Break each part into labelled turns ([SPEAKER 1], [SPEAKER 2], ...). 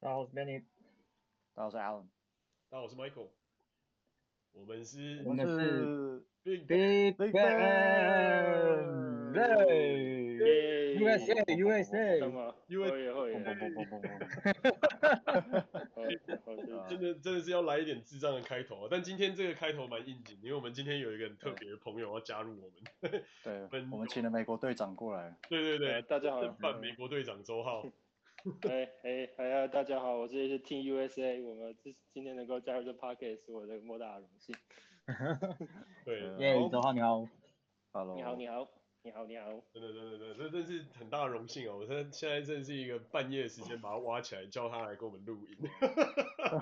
[SPEAKER 1] 大家好，我是 Benny，
[SPEAKER 2] 大家好，我是 Alan，
[SPEAKER 3] 大家好，我是 Michael，我们是
[SPEAKER 2] 我们是
[SPEAKER 3] Big
[SPEAKER 1] Big
[SPEAKER 2] Big
[SPEAKER 1] Bang
[SPEAKER 2] Bang
[SPEAKER 1] Ray USA USA
[SPEAKER 4] 干嘛？
[SPEAKER 3] 因为
[SPEAKER 4] 会耶会
[SPEAKER 2] 嘣
[SPEAKER 4] 耶
[SPEAKER 2] 嘣嘣嘣嘣嘣，
[SPEAKER 4] 会耶会耶
[SPEAKER 2] 啊
[SPEAKER 3] 真的真的是要来一点智障的开头啊！但今天这个开头蛮应景，因为我们今天有一个很特别的朋友要加入我们。
[SPEAKER 2] 对
[SPEAKER 3] 本，
[SPEAKER 2] 我们请了美国队长过来，
[SPEAKER 3] 对对
[SPEAKER 4] 哎
[SPEAKER 3] 对，
[SPEAKER 4] 大家好，嗯
[SPEAKER 3] 正版美国队长周浩。
[SPEAKER 4] 哎哎哎呀，大家好，我这里是 Team USA，我们这今天能够加入这 Pocket 是我的莫大的荣幸。
[SPEAKER 3] 对，
[SPEAKER 2] 嗯
[SPEAKER 1] 耶，周浩你好，
[SPEAKER 2] ，Hello，
[SPEAKER 3] 哦
[SPEAKER 4] 你好，你好，你好，你 好，
[SPEAKER 3] 真的真的真的，这真是很大的荣幸哦！我现现在真的是一个半夜的时间把他挖起来，叫他来跟我们录音。
[SPEAKER 4] 好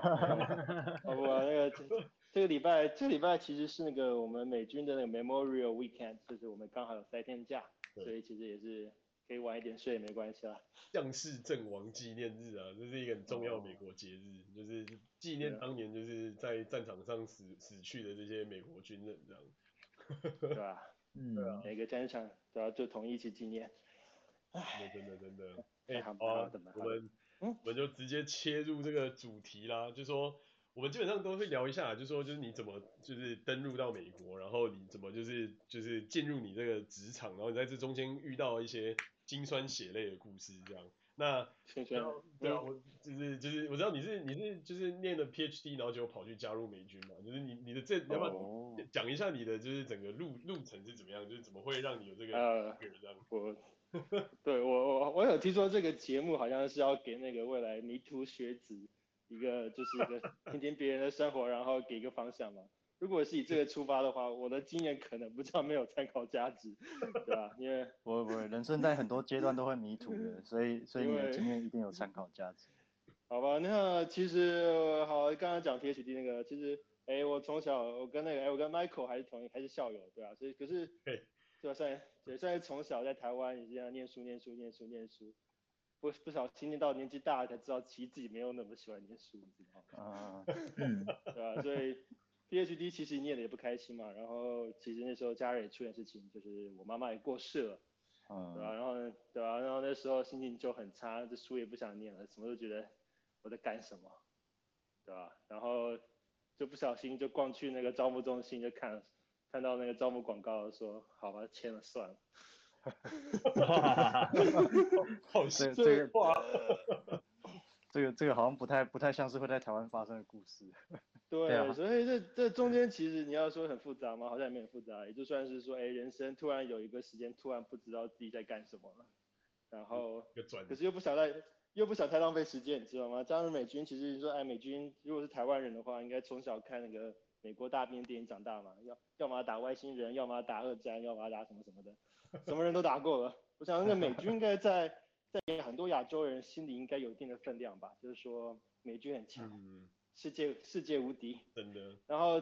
[SPEAKER 4] 哦不好？那个这这个礼拜，这个礼拜其实是那个我们美军的那个 Memorial Weekend，就是我们刚好有三天假，
[SPEAKER 3] 对
[SPEAKER 4] 所以其实也是可以晚一点睡也没关 系啦。
[SPEAKER 3] 将士阵亡纪念日啊，这是一个很重要的美国节日，就是纪念当年就是在战场上死死去的这些美国军人这样。
[SPEAKER 4] 对啊吧？
[SPEAKER 1] 嗯，
[SPEAKER 4] 每个战场都要就同一起纪念。
[SPEAKER 3] 真的真的真 的，哎、
[SPEAKER 4] 好
[SPEAKER 3] 好
[SPEAKER 4] 吧
[SPEAKER 3] 啊我
[SPEAKER 4] 好的，好的
[SPEAKER 3] 们
[SPEAKER 4] 嗯
[SPEAKER 3] 我们就直接切入这个主题啦，就说我们基本上都会聊一下，就说就是你怎么就是登入到美国，然后你怎么就是就是进入你这个职场，然后你在这中间遇到一些辛酸血泪的故事这样。那
[SPEAKER 4] 轩
[SPEAKER 3] 对
[SPEAKER 4] 轩
[SPEAKER 3] 啊，，对啊，我就是就是我知道你是你是就是念了 PhD，然后结果跑去加入美军嘛，就是你你的这你要不要
[SPEAKER 2] 哦，
[SPEAKER 3] 讲一下你的就是整个路路程是怎么样，就是怎么会让你有这个、
[SPEAKER 4] 呃
[SPEAKER 3] 这个这样？
[SPEAKER 4] 我 对我我我有听说这个节目好像是要给那个未来迷途学子一个就是一个听听别人的生活，然后给一个方向嘛。如果是以这个出发的话，我的经验可能不叫没有参考价值，对吧？因为
[SPEAKER 2] 不会不会，人生在很多阶段都会迷途 的，所以所以你的经验一定有参考价值。
[SPEAKER 4] 好吧，那其实呃好，刚刚讲 PhD 那个，其实哎，我从小我跟那个哎，我跟 Michael 还是同一还是校友，对吧、所以可是
[SPEAKER 3] 嘿
[SPEAKER 4] 对吧、算对，算是从小在台湾也是这样念书念书念书念书，不不小心念到年纪大了才知道，其实自己没有那么喜欢念书，你知道吗？
[SPEAKER 2] 嗯，
[SPEAKER 1] 嗯，
[SPEAKER 4] 对吧、所以 PhD 其实念的也不开心嘛，然后其实那时候家里也出点事情，就是我妈妈也过世了。对啊吧、
[SPEAKER 2] 嗯，
[SPEAKER 4] 然后呢对吧、然后那时候心情就很差，这书也不想念了，什么都觉得我在干什么，对吧、然后就不小心就逛去那个招募中心，就看看到那个招募广告说，好吧，签了算了。
[SPEAKER 3] 好
[SPEAKER 2] 这
[SPEAKER 3] 笑
[SPEAKER 2] 个这个
[SPEAKER 3] 话
[SPEAKER 2] 这个这个好像不太不太像是会在台湾发生的故事。
[SPEAKER 4] 对，
[SPEAKER 1] 对啊
[SPEAKER 4] 所以这这中间其实你要说很复杂吗？好像也没有复杂，也就算是说，哎，人生突然有一个时间，突然不知道自己在干什么了，然后。
[SPEAKER 3] 一个转
[SPEAKER 4] 可是又不想再又不想太浪费时间，你知道吗？加入美军，其实你说哎，美军如果是台湾人的话，应该从小看那个美国大兵电影长大嘛，要要么打外星人，要么打二战，要么打什么什么的，什么人都打过了。我想那个美军应该在在很多亚洲人心里应该有一定的分量吧，就是说美军很强，
[SPEAKER 3] 嗯，
[SPEAKER 4] 世界世界无敌，
[SPEAKER 3] 真的，
[SPEAKER 4] 然后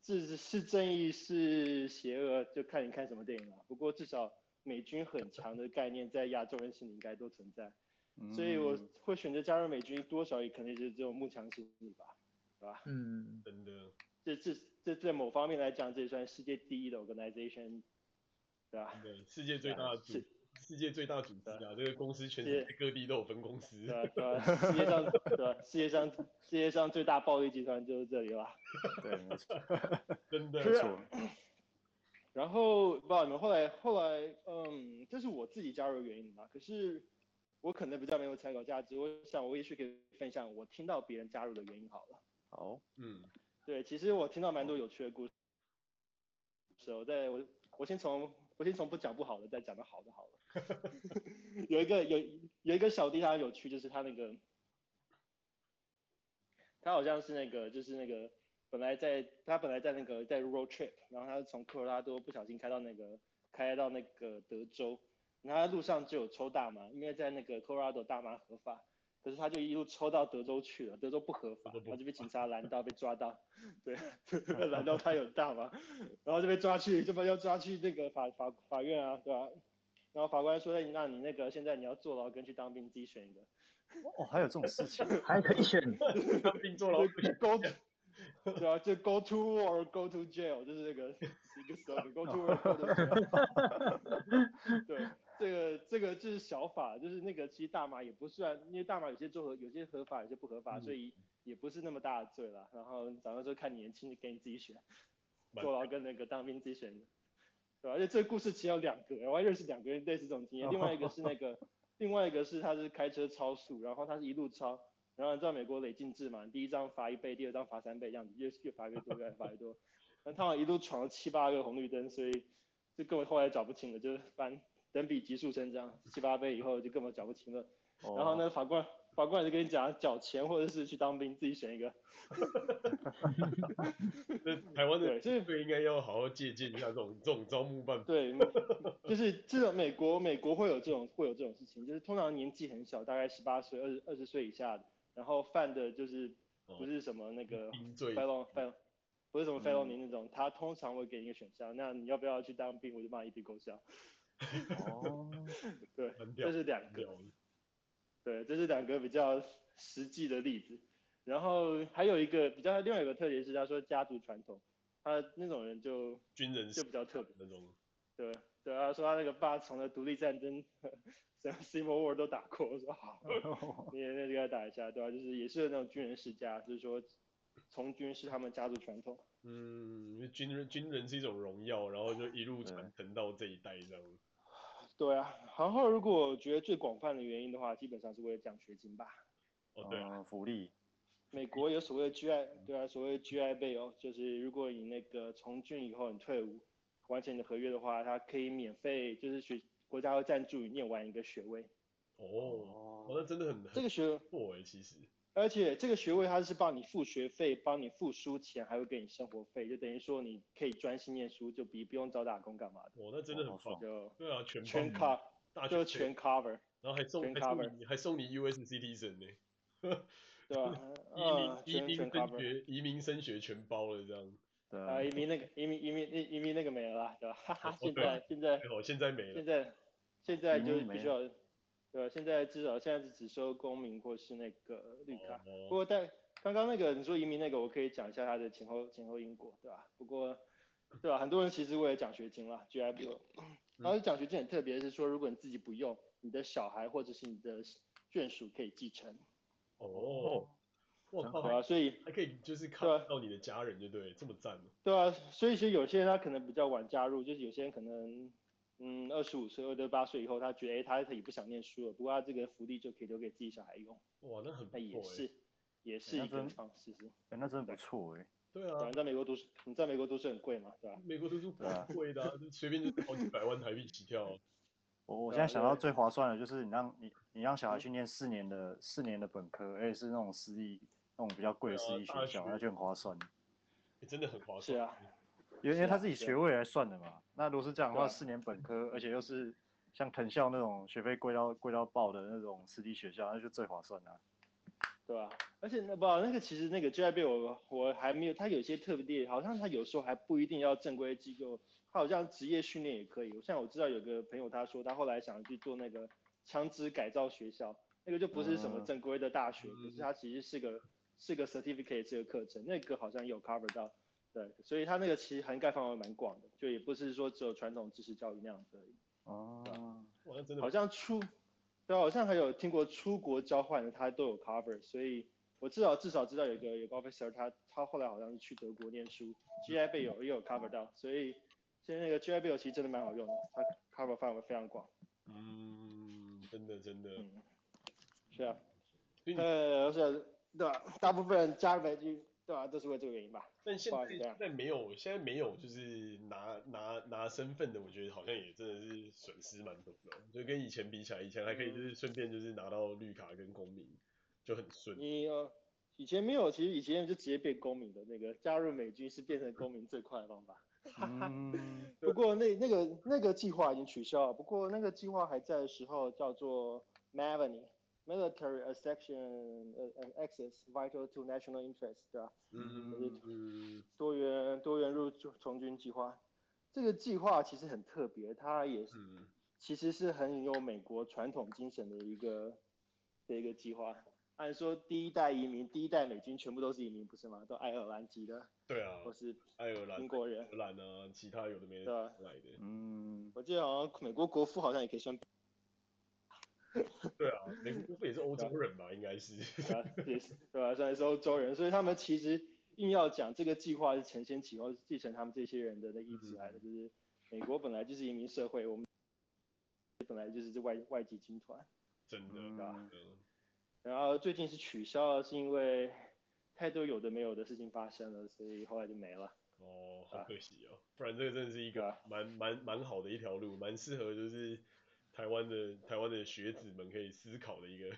[SPEAKER 4] 是是正义是邪恶，就看你看什么电影了、不过至少美军很强的概念在亚洲人心里应该都存在。
[SPEAKER 2] 嗯
[SPEAKER 4] 所以我会选择加入美军，多少也可能就是这种慕强心理吧，对吧？
[SPEAKER 1] 嗯，
[SPEAKER 3] 真的，
[SPEAKER 4] 这这这在某方面来讲，这也算世界第一的 organization，对吧？
[SPEAKER 3] 真的，世界最大的组
[SPEAKER 4] 啊是，
[SPEAKER 3] 世界最大组织啊，这个公司全世界各地都有分公司
[SPEAKER 4] 对。啊吧？对吧？世界上对吧？世界上世界上最大暴力集团就是这里啦。
[SPEAKER 2] 对，没 错，
[SPEAKER 3] 真的
[SPEAKER 2] 没
[SPEAKER 4] 啊
[SPEAKER 2] 错，
[SPEAKER 4] 然后不知道你们后来后来，嗯，这是我自己加入的原因吧。可是我可能比较没有参考价值，我想我也许可以分享我听到别人加入的原因好了。
[SPEAKER 2] 好，
[SPEAKER 3] 嗯，
[SPEAKER 4] 对，其实我听到蛮多有趣的故事。我在我我先从我先从不讲不好的，再讲个好的好了。 有一个有有一个小弟他很有趣，就是他那个，他好像是那个就是那个本来在他本来在那个在 road trip，然后他是从科罗拉多不小心开到那个开到那个德州，然后他路上就有抽大麻，因为在那个 Colorado 大麻合法，可是他就一路抽到德州去了，德州不合法
[SPEAKER 3] 德州，不
[SPEAKER 4] 然后就被警察拦到，被抓到， 对，拦到他有大麻，然后就被抓去，就把要抓去那个法法法院啊，对吧、然后法官说：“那你那个现在你要坐牢跟去当兵，自己选一个。
[SPEAKER 2] 哦，还有这种事情，
[SPEAKER 1] 还可以选，
[SPEAKER 3] 当兵坐牢不行
[SPEAKER 4] go，对啊，就 go to war go to jail，就是那个一个 slogan go to war go to jail。对，这个这个就是小法，就是那个其实大麻也不算，因为大麻有些做合，有些合法，有些不合法，
[SPEAKER 2] 嗯
[SPEAKER 4] 所以也不是那么大的罪啦。然后早上说看你年轻，给你自己选，
[SPEAKER 3] 蛮
[SPEAKER 4] 坐牢跟那个当兵自己选的，对吧、而且这个故事其实有两个，我还认识两个人类似这种经验，另外一个是那个，另外一个是他是开车超速，然后他是一路超。然后你知道美国累进制嘛？你第一张罚一倍，第二张罚三倍，这样子越越罚越多，越罚越多。但他好像一路闯了七八个红绿灯，所以就根本后来找不清了，就是翻等比级数成这样，七八倍以后就根本找不清了。 然后呢，法官法官就跟你讲，缴钱或者是去当兵，自己选一个。
[SPEAKER 3] 那台湾的
[SPEAKER 4] 对就是
[SPEAKER 3] 对应该要好好借鉴一下这种这种招募办法。
[SPEAKER 4] 对，美就是这种美国美国会有这种会有这种事情，就是通常年纪很小，大概十八岁、二十二十岁以下的，然后犯的就是
[SPEAKER 3] 哦
[SPEAKER 4] 不是什么那个
[SPEAKER 3] 定罪
[SPEAKER 4] felon felon，不是什么 felony 那种，他通常会给你一个选项，那你要不要去当兵？我就帮你一笔勾销。
[SPEAKER 2] 哦，
[SPEAKER 4] 对，
[SPEAKER 3] 很屌
[SPEAKER 4] 这，是两
[SPEAKER 3] 很
[SPEAKER 4] 个
[SPEAKER 3] 屌。。
[SPEAKER 4] 对，这是两个比较实际的例子。然后还有一个比较另外一个特点是，他说家族传统，他那种人就
[SPEAKER 3] 军人
[SPEAKER 4] 就比较特别。
[SPEAKER 3] 那种，
[SPEAKER 4] 对对，他说他那个爸从那独立战争，什么 Civil War 都打过，我说好，
[SPEAKER 2] 哦
[SPEAKER 4] 你也那就给他打一下，对吧、就是也是那种军人世家，就是说从军是他们家族传统。
[SPEAKER 3] 嗯，因为军人军人是一种荣耀，然后就一路传承到这一代这样。
[SPEAKER 4] 对啊，然后如果我觉得最广泛的原因的话，基本上是为了奖学金吧。
[SPEAKER 3] 哦，对啊，
[SPEAKER 2] 嗯福利，
[SPEAKER 4] 美国有所谓的 GI，对啊，所谓 GI 备哦，就是如果你那个从军以后你退伍，完成你的合约的话，它可以免费，就是学国家会赞助你念完一个学位。
[SPEAKER 3] 哦，哦，那真的很
[SPEAKER 4] 这
[SPEAKER 3] 很
[SPEAKER 4] 个学，
[SPEAKER 3] 不错哎，其实。
[SPEAKER 4] 而且这个学位它是帮你付学费，帮你付书钱，还会给你生活费，就等于说你可以专心念书，就比不用找打工干嘛的，
[SPEAKER 3] 哦，那真的很
[SPEAKER 2] 哦
[SPEAKER 3] 棒
[SPEAKER 2] 爽。
[SPEAKER 4] 就
[SPEAKER 3] 对啊，全
[SPEAKER 4] 全
[SPEAKER 3] 包
[SPEAKER 4] cover，
[SPEAKER 3] 大学
[SPEAKER 4] 就全
[SPEAKER 3] 全，
[SPEAKER 4] cover，
[SPEAKER 3] 然后还送
[SPEAKER 4] 全
[SPEAKER 3] 还送
[SPEAKER 4] cover
[SPEAKER 3] 你还送你 US citizen 呢，
[SPEAKER 4] 对吧、嗯，
[SPEAKER 3] 移
[SPEAKER 4] 全
[SPEAKER 3] 民移
[SPEAKER 4] 全
[SPEAKER 3] 民升
[SPEAKER 4] cover。
[SPEAKER 3] 学移民升学全包了这样。
[SPEAKER 2] 对哎
[SPEAKER 4] 啊，移民那个，移民移民移移民那个没了啦，对吧？哈哈，
[SPEAKER 3] 哦
[SPEAKER 4] 现
[SPEAKER 3] 对啊
[SPEAKER 4] 在现在
[SPEAKER 3] 哎，好，现在没了
[SPEAKER 4] 现。在现在
[SPEAKER 2] 移
[SPEAKER 4] 就
[SPEAKER 2] 民
[SPEAKER 4] 是
[SPEAKER 2] 没
[SPEAKER 4] 必须要，对吧？现在至少现在是只收公民或是那个绿卡。不
[SPEAKER 3] 哦，
[SPEAKER 4] 过但刚刚那个你说移民那个，我可以讲一下它的前后前后因果，对吧？不过对吧？很多人其实为了奖学金啦，GI
[SPEAKER 3] 嗯
[SPEAKER 4] Bill，然哦后奖学金很特别，是说如果你自己不用，你的小孩或者是你的眷属可以继承，
[SPEAKER 3] 哦，我靠，
[SPEAKER 4] 对吧？
[SPEAKER 3] 还
[SPEAKER 4] 所以
[SPEAKER 3] 还可以就是看
[SPEAKER 4] 对啊
[SPEAKER 3] 到你的家人，就对了，这么赞哦。
[SPEAKER 4] 对啊，所以其实有些人他可能比较晚加入，就是有些人可能，嗯，二十五岁、二十八岁以后，他觉得哎、他他也不想念书了，不过他这个福利就可以留给自己小孩用，
[SPEAKER 3] 哇，那很不
[SPEAKER 4] 那也
[SPEAKER 3] 错哎。
[SPEAKER 4] 是，也是一个方式。是
[SPEAKER 2] 哎，那真的不错哎，
[SPEAKER 3] 对
[SPEAKER 4] 对啊，
[SPEAKER 3] 啊
[SPEAKER 4] 你，在美国读书，你在美国读书很贵嘛，对吧、
[SPEAKER 3] 美国读书不
[SPEAKER 2] 对啊
[SPEAKER 3] 贵的啊，就随便就是好几百万台币起跳啊。
[SPEAKER 2] 我我
[SPEAKER 4] 对
[SPEAKER 2] 现在
[SPEAKER 4] 啊
[SPEAKER 2] 想
[SPEAKER 4] 对
[SPEAKER 2] 到最划算的就是你让你你让小孩
[SPEAKER 4] 嗯
[SPEAKER 2] 去念四年的四年的本科，而且是那种私立那种比较贵的
[SPEAKER 3] 对啊
[SPEAKER 2] 私立
[SPEAKER 3] 大
[SPEAKER 2] 学校，
[SPEAKER 3] 学
[SPEAKER 2] 那就很划算。
[SPEAKER 3] 欸真的很划
[SPEAKER 4] 是
[SPEAKER 3] 算。
[SPEAKER 4] 啊，
[SPEAKER 2] 因为因为
[SPEAKER 4] 是
[SPEAKER 2] 他
[SPEAKER 4] 啊
[SPEAKER 2] 自己
[SPEAKER 4] 是
[SPEAKER 2] 学
[SPEAKER 4] 啊
[SPEAKER 2] 位来算的嘛。那如果是这样的
[SPEAKER 4] 对
[SPEAKER 2] 话，
[SPEAKER 4] 啊
[SPEAKER 2] 四年本科，而且又是像藤校那种学费贵到贵到爆的那种私立学校，那就最划算啦、
[SPEAKER 4] 对吧、而且那不那个其实那个 GI Bill 我我还没有，他有些特别，好像他有时候还不一定要正规机构，他好像职业训练也可以。像我知道有个朋友他说他后来想去做那个枪支改造学校，那个就不是什么
[SPEAKER 2] 嗯
[SPEAKER 4] 正规的大学，可
[SPEAKER 3] 嗯
[SPEAKER 4] 是他其实是个是个 certificate 这个课程，那个好像有 cover 到。对，所以他那个其实涵盖范围蛮广的，就也不是说只有传统知识教育那样子而已。
[SPEAKER 2] 哦、
[SPEAKER 3] 哇，那真的
[SPEAKER 4] 好像出，对啊，好像还有听过出国交换的，他都有 cover，所以我至少至少知道有一个有个 officer，他他后来好像是去德国念书，GI 贝有也有 cover 到，所以现在那个 GI 贝有其实真的蛮好用的，它 cover 范围非常广，
[SPEAKER 3] 嗯，真的真的，
[SPEAKER 4] 嗯，是啊，
[SPEAKER 3] 所以你
[SPEAKER 4] 呃，是，对吧、大部分人加入美军，对吧、都是为这个原因吧，
[SPEAKER 3] 但现
[SPEAKER 4] 不
[SPEAKER 3] 在
[SPEAKER 4] 好意思这样
[SPEAKER 3] 现在没有，现在没有，就是拿拿拿身份的，我觉得好像也真的是损失蛮多的哦，就跟以前比起来，以前还可以就是顺便就是拿到绿卡跟公民，就很顺。
[SPEAKER 4] 你、呃、以前没有，其实以前就直接变公民的那个，加入美军是变成公民最快的方法。
[SPEAKER 2] 嗯，
[SPEAKER 4] 不过那那个那个计划已经取消了，不过那个计划还在的时候叫做 Mavany Military Accession and 呃 Access Vital to National Interest，对吧？
[SPEAKER 3] 嗯嗯，
[SPEAKER 4] 多元多元入驻从军计划，这个计划其实很特别，它也是
[SPEAKER 3] 嗯
[SPEAKER 4] 其实是很有美国传统精神的一个的一个计划。按说第一代移民，第一代美军全部都是移民，不是吗？都爱尔兰籍的，
[SPEAKER 3] 对啊，
[SPEAKER 4] 或是
[SPEAKER 3] 爱尔兰、
[SPEAKER 4] 英
[SPEAKER 3] 英
[SPEAKER 4] 国人，
[SPEAKER 3] 格兰啊，其他有的没
[SPEAKER 4] 对
[SPEAKER 3] 的
[SPEAKER 4] 吧
[SPEAKER 3] 来的，
[SPEAKER 2] 嗯，
[SPEAKER 4] 我记得好像美国国父好像也可以算
[SPEAKER 3] 对啊，雷夫多夫也是欧洲人吧，应该是。
[SPEAKER 4] 对吧？也是对吧？算是欧洲人，所以他们其实硬要讲这个计划是承先启后，是继承他们这些人的那意志来的，就是美国本来就是移民社会，我们本来就是这外外籍军团。
[SPEAKER 3] 真的，
[SPEAKER 2] 嗯
[SPEAKER 3] 嗯
[SPEAKER 4] 然后最近是取消了，是因为太多有的没有的事情发生了，所以后来就没了。
[SPEAKER 3] 哦，好
[SPEAKER 4] 啊
[SPEAKER 3] 可惜哦，不然这个真的是一个蛮蛮蛮好的一条路，蛮适合就是台湾的台湾的学子们可以思考的一 个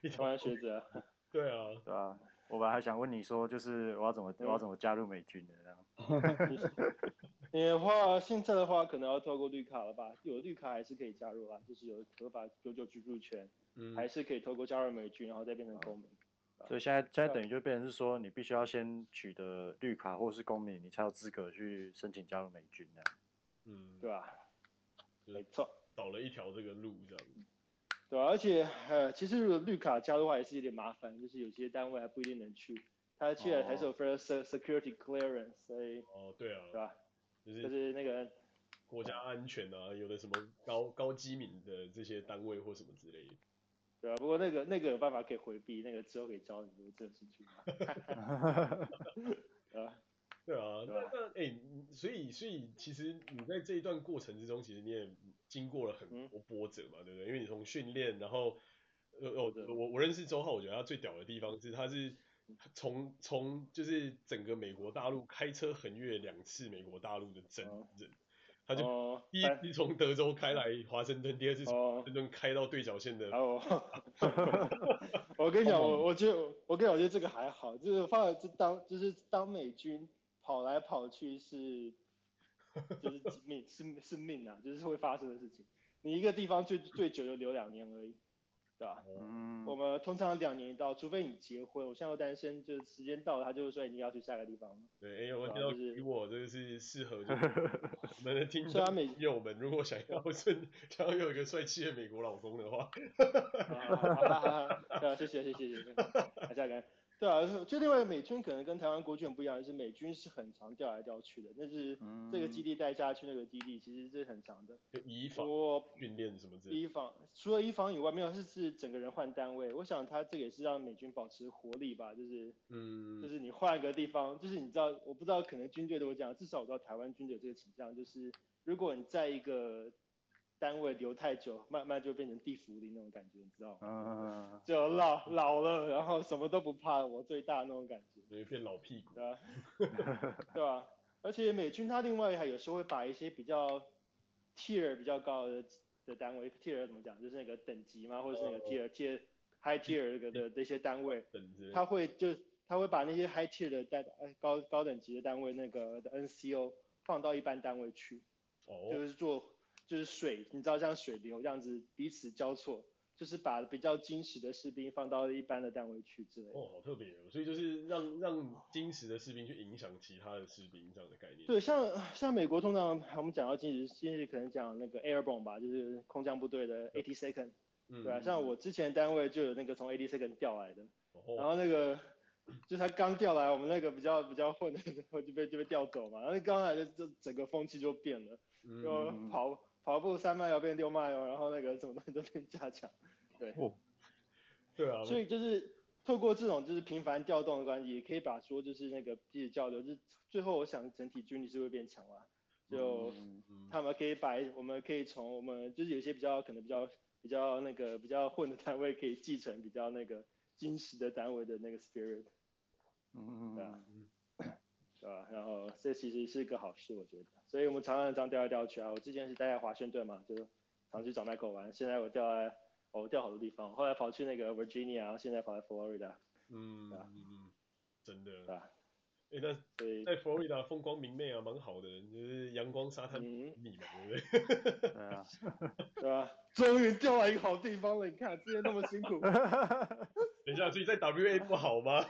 [SPEAKER 3] 一
[SPEAKER 4] 台
[SPEAKER 3] 条。
[SPEAKER 4] 湾学者，
[SPEAKER 3] 对啊，
[SPEAKER 2] 对啊，我本来还想问你说，就是我要怎么我要
[SPEAKER 4] 嗯
[SPEAKER 2] 怎么加入美军的这样？
[SPEAKER 4] 你的话现在的话可能要透过绿卡了吧？有绿卡还是可以加入啦，就是有合法永久居住权，
[SPEAKER 3] 嗯，
[SPEAKER 4] 还是可以透过加入美军，然后再变成公民。
[SPEAKER 2] 所以现在现在等于就变成是说，你必须要先取得绿卡或是公民，你才有资格去申请加入美军的。
[SPEAKER 3] 嗯，
[SPEAKER 4] 对吧、
[SPEAKER 3] 嗯
[SPEAKER 4] 没错，
[SPEAKER 3] 找了一条这个路这样。
[SPEAKER 4] 对吧、而且呃，其实如果绿卡加入的话也是有点麻烦，就是有些单位还不一定能去，他居然还是有 f i r security clearance，所以
[SPEAKER 3] 哦，对啊，
[SPEAKER 4] 对吧、
[SPEAKER 3] 就
[SPEAKER 4] 就是是那个
[SPEAKER 3] 国家安全啊，有的什么高高机敏的这些单位或什么之类的。
[SPEAKER 4] 对啊，不过那个那个有办法可以回避，那个之后可以教你如这个事情嘛。啊，
[SPEAKER 3] 对啊，
[SPEAKER 4] 对
[SPEAKER 3] 那
[SPEAKER 4] 啊
[SPEAKER 3] 那哎、你所以所以其实你在这一段过程之中，其实你也经过了很
[SPEAKER 4] 嗯
[SPEAKER 3] 多波折嘛，对不对？因为你从训练，然后呃哦
[SPEAKER 4] 对，嗯
[SPEAKER 3] 我我认识周浩，我觉得他最屌的地方是他是从从就是整个美国大陆开车横越两次美国大陆的整
[SPEAKER 4] 哦
[SPEAKER 3] 人， 他就
[SPEAKER 4] 哦，
[SPEAKER 3] 第一
[SPEAKER 4] 反
[SPEAKER 3] 次从德州开来华盛顿，第二次从华
[SPEAKER 4] 哦，
[SPEAKER 3] 盛顿开到对角线的
[SPEAKER 4] 然后我哦我跟你讲，我我觉得我跟你讲，我觉得这个还好，就是放在这当就是当美军跑来跑去是就是命是是命啊，就是会发生的事情。你一个地方最最久就留两年而已，对吧？
[SPEAKER 2] 嗯，
[SPEAKER 4] 我们通常两年一到，除非你结婚，我现在又单身，就是时间到了，他就会说已经要去下个地方了。
[SPEAKER 3] 对，哎、我
[SPEAKER 4] 对啊
[SPEAKER 3] 听到
[SPEAKER 4] 就是
[SPEAKER 3] 比我这个是适合就是 啊我们的听
[SPEAKER 4] 虽然
[SPEAKER 3] 众
[SPEAKER 4] 美
[SPEAKER 3] 朋友们，如果想 要顺 想要有一个帅气的美国老公的话，
[SPEAKER 4] 啊好啦好啦好啦对啊，谢谢谢谢谢谢，大家感对啊，就另外美军可能跟台湾国军不一样，就是美军是很常调来调去的，但是这个基地带下去那个基地，其实是很常的。
[SPEAKER 3] 就以防
[SPEAKER 4] 我
[SPEAKER 3] 训练什么之类的。
[SPEAKER 4] 一防除了一防以外，没有是是整个人换单位，我想他这个也是让美军保持活力吧，就是就
[SPEAKER 3] 嗯，
[SPEAKER 4] 是你换一个地方，就是你知道，我不知道可能军队都会这样，至少我知道台湾军队有这个倾向，就是如果你在一个单位留太久，慢慢就变成地府里那种感觉，你知道吗？
[SPEAKER 2] 嗯，
[SPEAKER 4] 就老老了，然后什么都不怕，我最大那种感觉，
[SPEAKER 3] 有一片老屁股。
[SPEAKER 4] 对吧、 对吧、而且美军他另外还有时候会把一些比较 tier 比较高的的单位，tier 怎么讲，就是那个等级嘛，或者是那个 tier tier high tier 的的那些单位，
[SPEAKER 3] 等之类
[SPEAKER 4] 他
[SPEAKER 3] 的。
[SPEAKER 4] 会就他会把那些 high tier 的单呃高高等级的单位那个的 NCO 放到一般单位去，就
[SPEAKER 3] 哦，
[SPEAKER 4] 是做就是水，你知道像水流这样子彼此交错，就是把比较矜持的士兵放到一般的单位去之类的。
[SPEAKER 3] 哦，好特别哦。所以就是让让金石的士兵去影响其他的士兵这样的概念。
[SPEAKER 4] 对，像像美国通常我们讲到近日，近日可能讲那个 airborne 吧，就是空降部队的 AT second，
[SPEAKER 3] 嗯，
[SPEAKER 4] 对吧、像我之前单位就有那个从 AT second 调来的，然
[SPEAKER 3] 哦，
[SPEAKER 4] 后那个就他刚调来，我们那个比较比较混的，然后就被就被调走嘛，然后刚来就就整个风气就变了，
[SPEAKER 3] 嗯，
[SPEAKER 4] 就跑跑步三迈要变六迈哦，然后那个什么东西都变加强。
[SPEAKER 3] 对啊，
[SPEAKER 4] 所以就是透过这种就是频繁调动的关系，也可以把说就是那个彼此交流，就是最后我想整体军力是会变强啦。就
[SPEAKER 3] 嗯
[SPEAKER 4] 他们可以把我们可以从我们就是有一些比较可能比较比较那个比较混的单位，可以继承比较那个金石的单位的那个 spirit，
[SPEAKER 2] 嗯
[SPEAKER 4] 对啊
[SPEAKER 2] 嗯，
[SPEAKER 4] 对吧？然后这其实是个好事，我觉得。所以我们常常这样调来调去啊。我之前是待在华盛顿嘛，就是常去找 Michael 玩。现在我调来，哦我调好多地方，后来跑去那个 Virginia，然后现在跑来 Florida，
[SPEAKER 3] 嗯
[SPEAKER 4] 对啊
[SPEAKER 3] 嗯嗯，真
[SPEAKER 4] 对啊
[SPEAKER 3] 的。
[SPEAKER 4] 吧？
[SPEAKER 3] 哎，那
[SPEAKER 4] 所以
[SPEAKER 3] 在佛罗里达风光明媚啊，蛮好的，就是阳光沙滩
[SPEAKER 4] 嗯，
[SPEAKER 3] 你嘛，对不 对？
[SPEAKER 2] 对啊，
[SPEAKER 4] 对吧？终于调来一个好地方了，你看之前那么辛 苦
[SPEAKER 2] 啊
[SPEAKER 3] 等一下，所以在 WA 不好吗？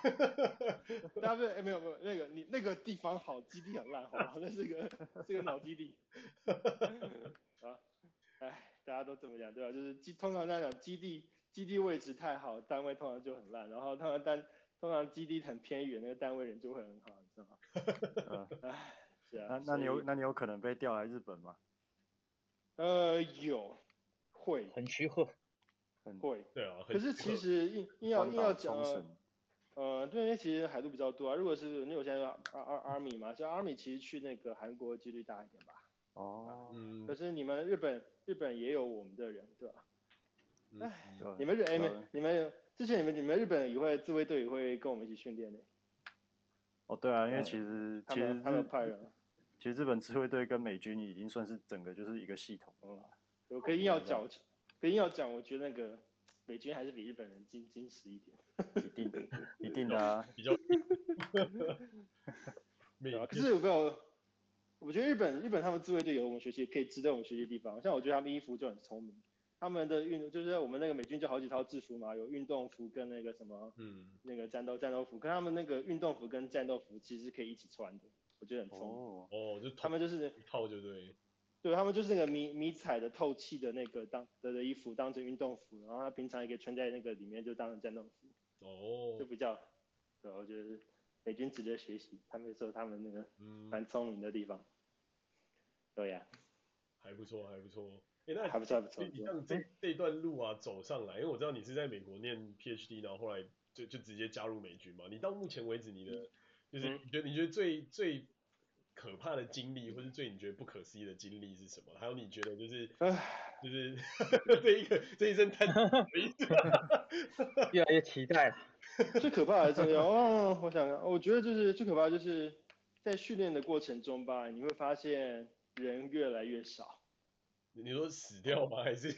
[SPEAKER 4] 大家不是、哎没有没有那个你那个地方好，基地很烂，好吧？那 是个是个脑基地。啊，哎，大家都这么讲对吧？就是基通常在讲基地基地位置太好，单位通常就很烂，然后通常单通常基地很偏远，那个单位人就会很好，你知道吗？
[SPEAKER 2] 嗯
[SPEAKER 4] 哎，是啊。
[SPEAKER 2] 那那你有
[SPEAKER 4] 所以
[SPEAKER 2] 那你有可能被调来日本吗？
[SPEAKER 4] 呃有会
[SPEAKER 1] 很虚弱。
[SPEAKER 2] 很
[SPEAKER 4] 会。
[SPEAKER 3] 对啊，很
[SPEAKER 4] 可是其实硬硬要
[SPEAKER 2] 关
[SPEAKER 4] 硬
[SPEAKER 2] 岛
[SPEAKER 4] 要讲
[SPEAKER 2] 冲
[SPEAKER 4] 啊
[SPEAKER 2] 绳，
[SPEAKER 4] 呃，对，因为其实海陆比较多啊。如果是因为我现在阿阿阿米嘛，像阿米其实去那个韩国几率大一点吧。
[SPEAKER 2] 哦，
[SPEAKER 3] 嗯
[SPEAKER 4] 可，是你们日本日本也有我们的人，对吧？
[SPEAKER 3] 嗯
[SPEAKER 4] 哎
[SPEAKER 2] 对啊
[SPEAKER 4] 你们日哎你
[SPEAKER 2] 对
[SPEAKER 4] 们你们之前你们你们日本也会自卫队也会跟我们一起训练的，
[SPEAKER 2] 哦对啊，因为
[SPEAKER 4] 嗯
[SPEAKER 2] 其实
[SPEAKER 4] 他
[SPEAKER 2] 其实
[SPEAKER 4] 们他们
[SPEAKER 2] 日
[SPEAKER 4] 有派人啊，
[SPEAKER 2] 其实日本自卫队跟美军已经算是整个就是一个系统了啦。
[SPEAKER 4] 我可以硬要讲，可以硬要讲，我觉得那个美军还是比日本人精精实一点。
[SPEAKER 2] 一定 的，一定的啊。
[SPEAKER 3] 比 较美
[SPEAKER 4] 对啊，可
[SPEAKER 3] 军
[SPEAKER 4] 是有没有？我觉得日本日本他们自卫队有我们学习，可以值得我们学习的地方。像我觉得他们衣服就很聪明，他们的运动就是我们那个美军就好几套制服嘛，有运动服跟那个什么
[SPEAKER 3] 嗯，
[SPEAKER 4] 那个战斗战斗服，跟他们那个运动服跟战斗服其实是可以一起穿的，我觉得很聪明。
[SPEAKER 2] 哦，
[SPEAKER 3] 哦，就
[SPEAKER 4] 他
[SPEAKER 3] 同
[SPEAKER 4] 们就是
[SPEAKER 3] 一套就对，
[SPEAKER 4] 对他们就是那个迷迷彩的透气的那个当的的衣服当成运动服，然后他平常也可以穿在那个里面就当成战斗服。
[SPEAKER 3] 哦
[SPEAKER 4] 就，比较，对，我觉得美军值得学习，他们说他们那个
[SPEAKER 3] 嗯，
[SPEAKER 4] 蛮聪明的地方。对呀、
[SPEAKER 3] 还不错，还不错。哎，那
[SPEAKER 4] 还不错还不
[SPEAKER 3] 所
[SPEAKER 4] 错
[SPEAKER 3] 以你像
[SPEAKER 4] 哎
[SPEAKER 3] 这这段路啊走上来，因为我知道你是在美国念 PhD，然后后来就就直接加入美军嘛。你到目前为止，你的就是
[SPEAKER 4] 嗯
[SPEAKER 3] 你觉得你觉得最最可怕的经历，或是最你觉得不可思议的经历是什么？还有你觉得就是
[SPEAKER 4] 唉
[SPEAKER 3] 就是 这一个这一生太
[SPEAKER 1] 越来越期待了。
[SPEAKER 4] 最可怕的真的哦，我想想，我觉得就是最可怕的就是在训练的过程中吧，你会发现人越来越少。
[SPEAKER 3] 你说死掉吗？还是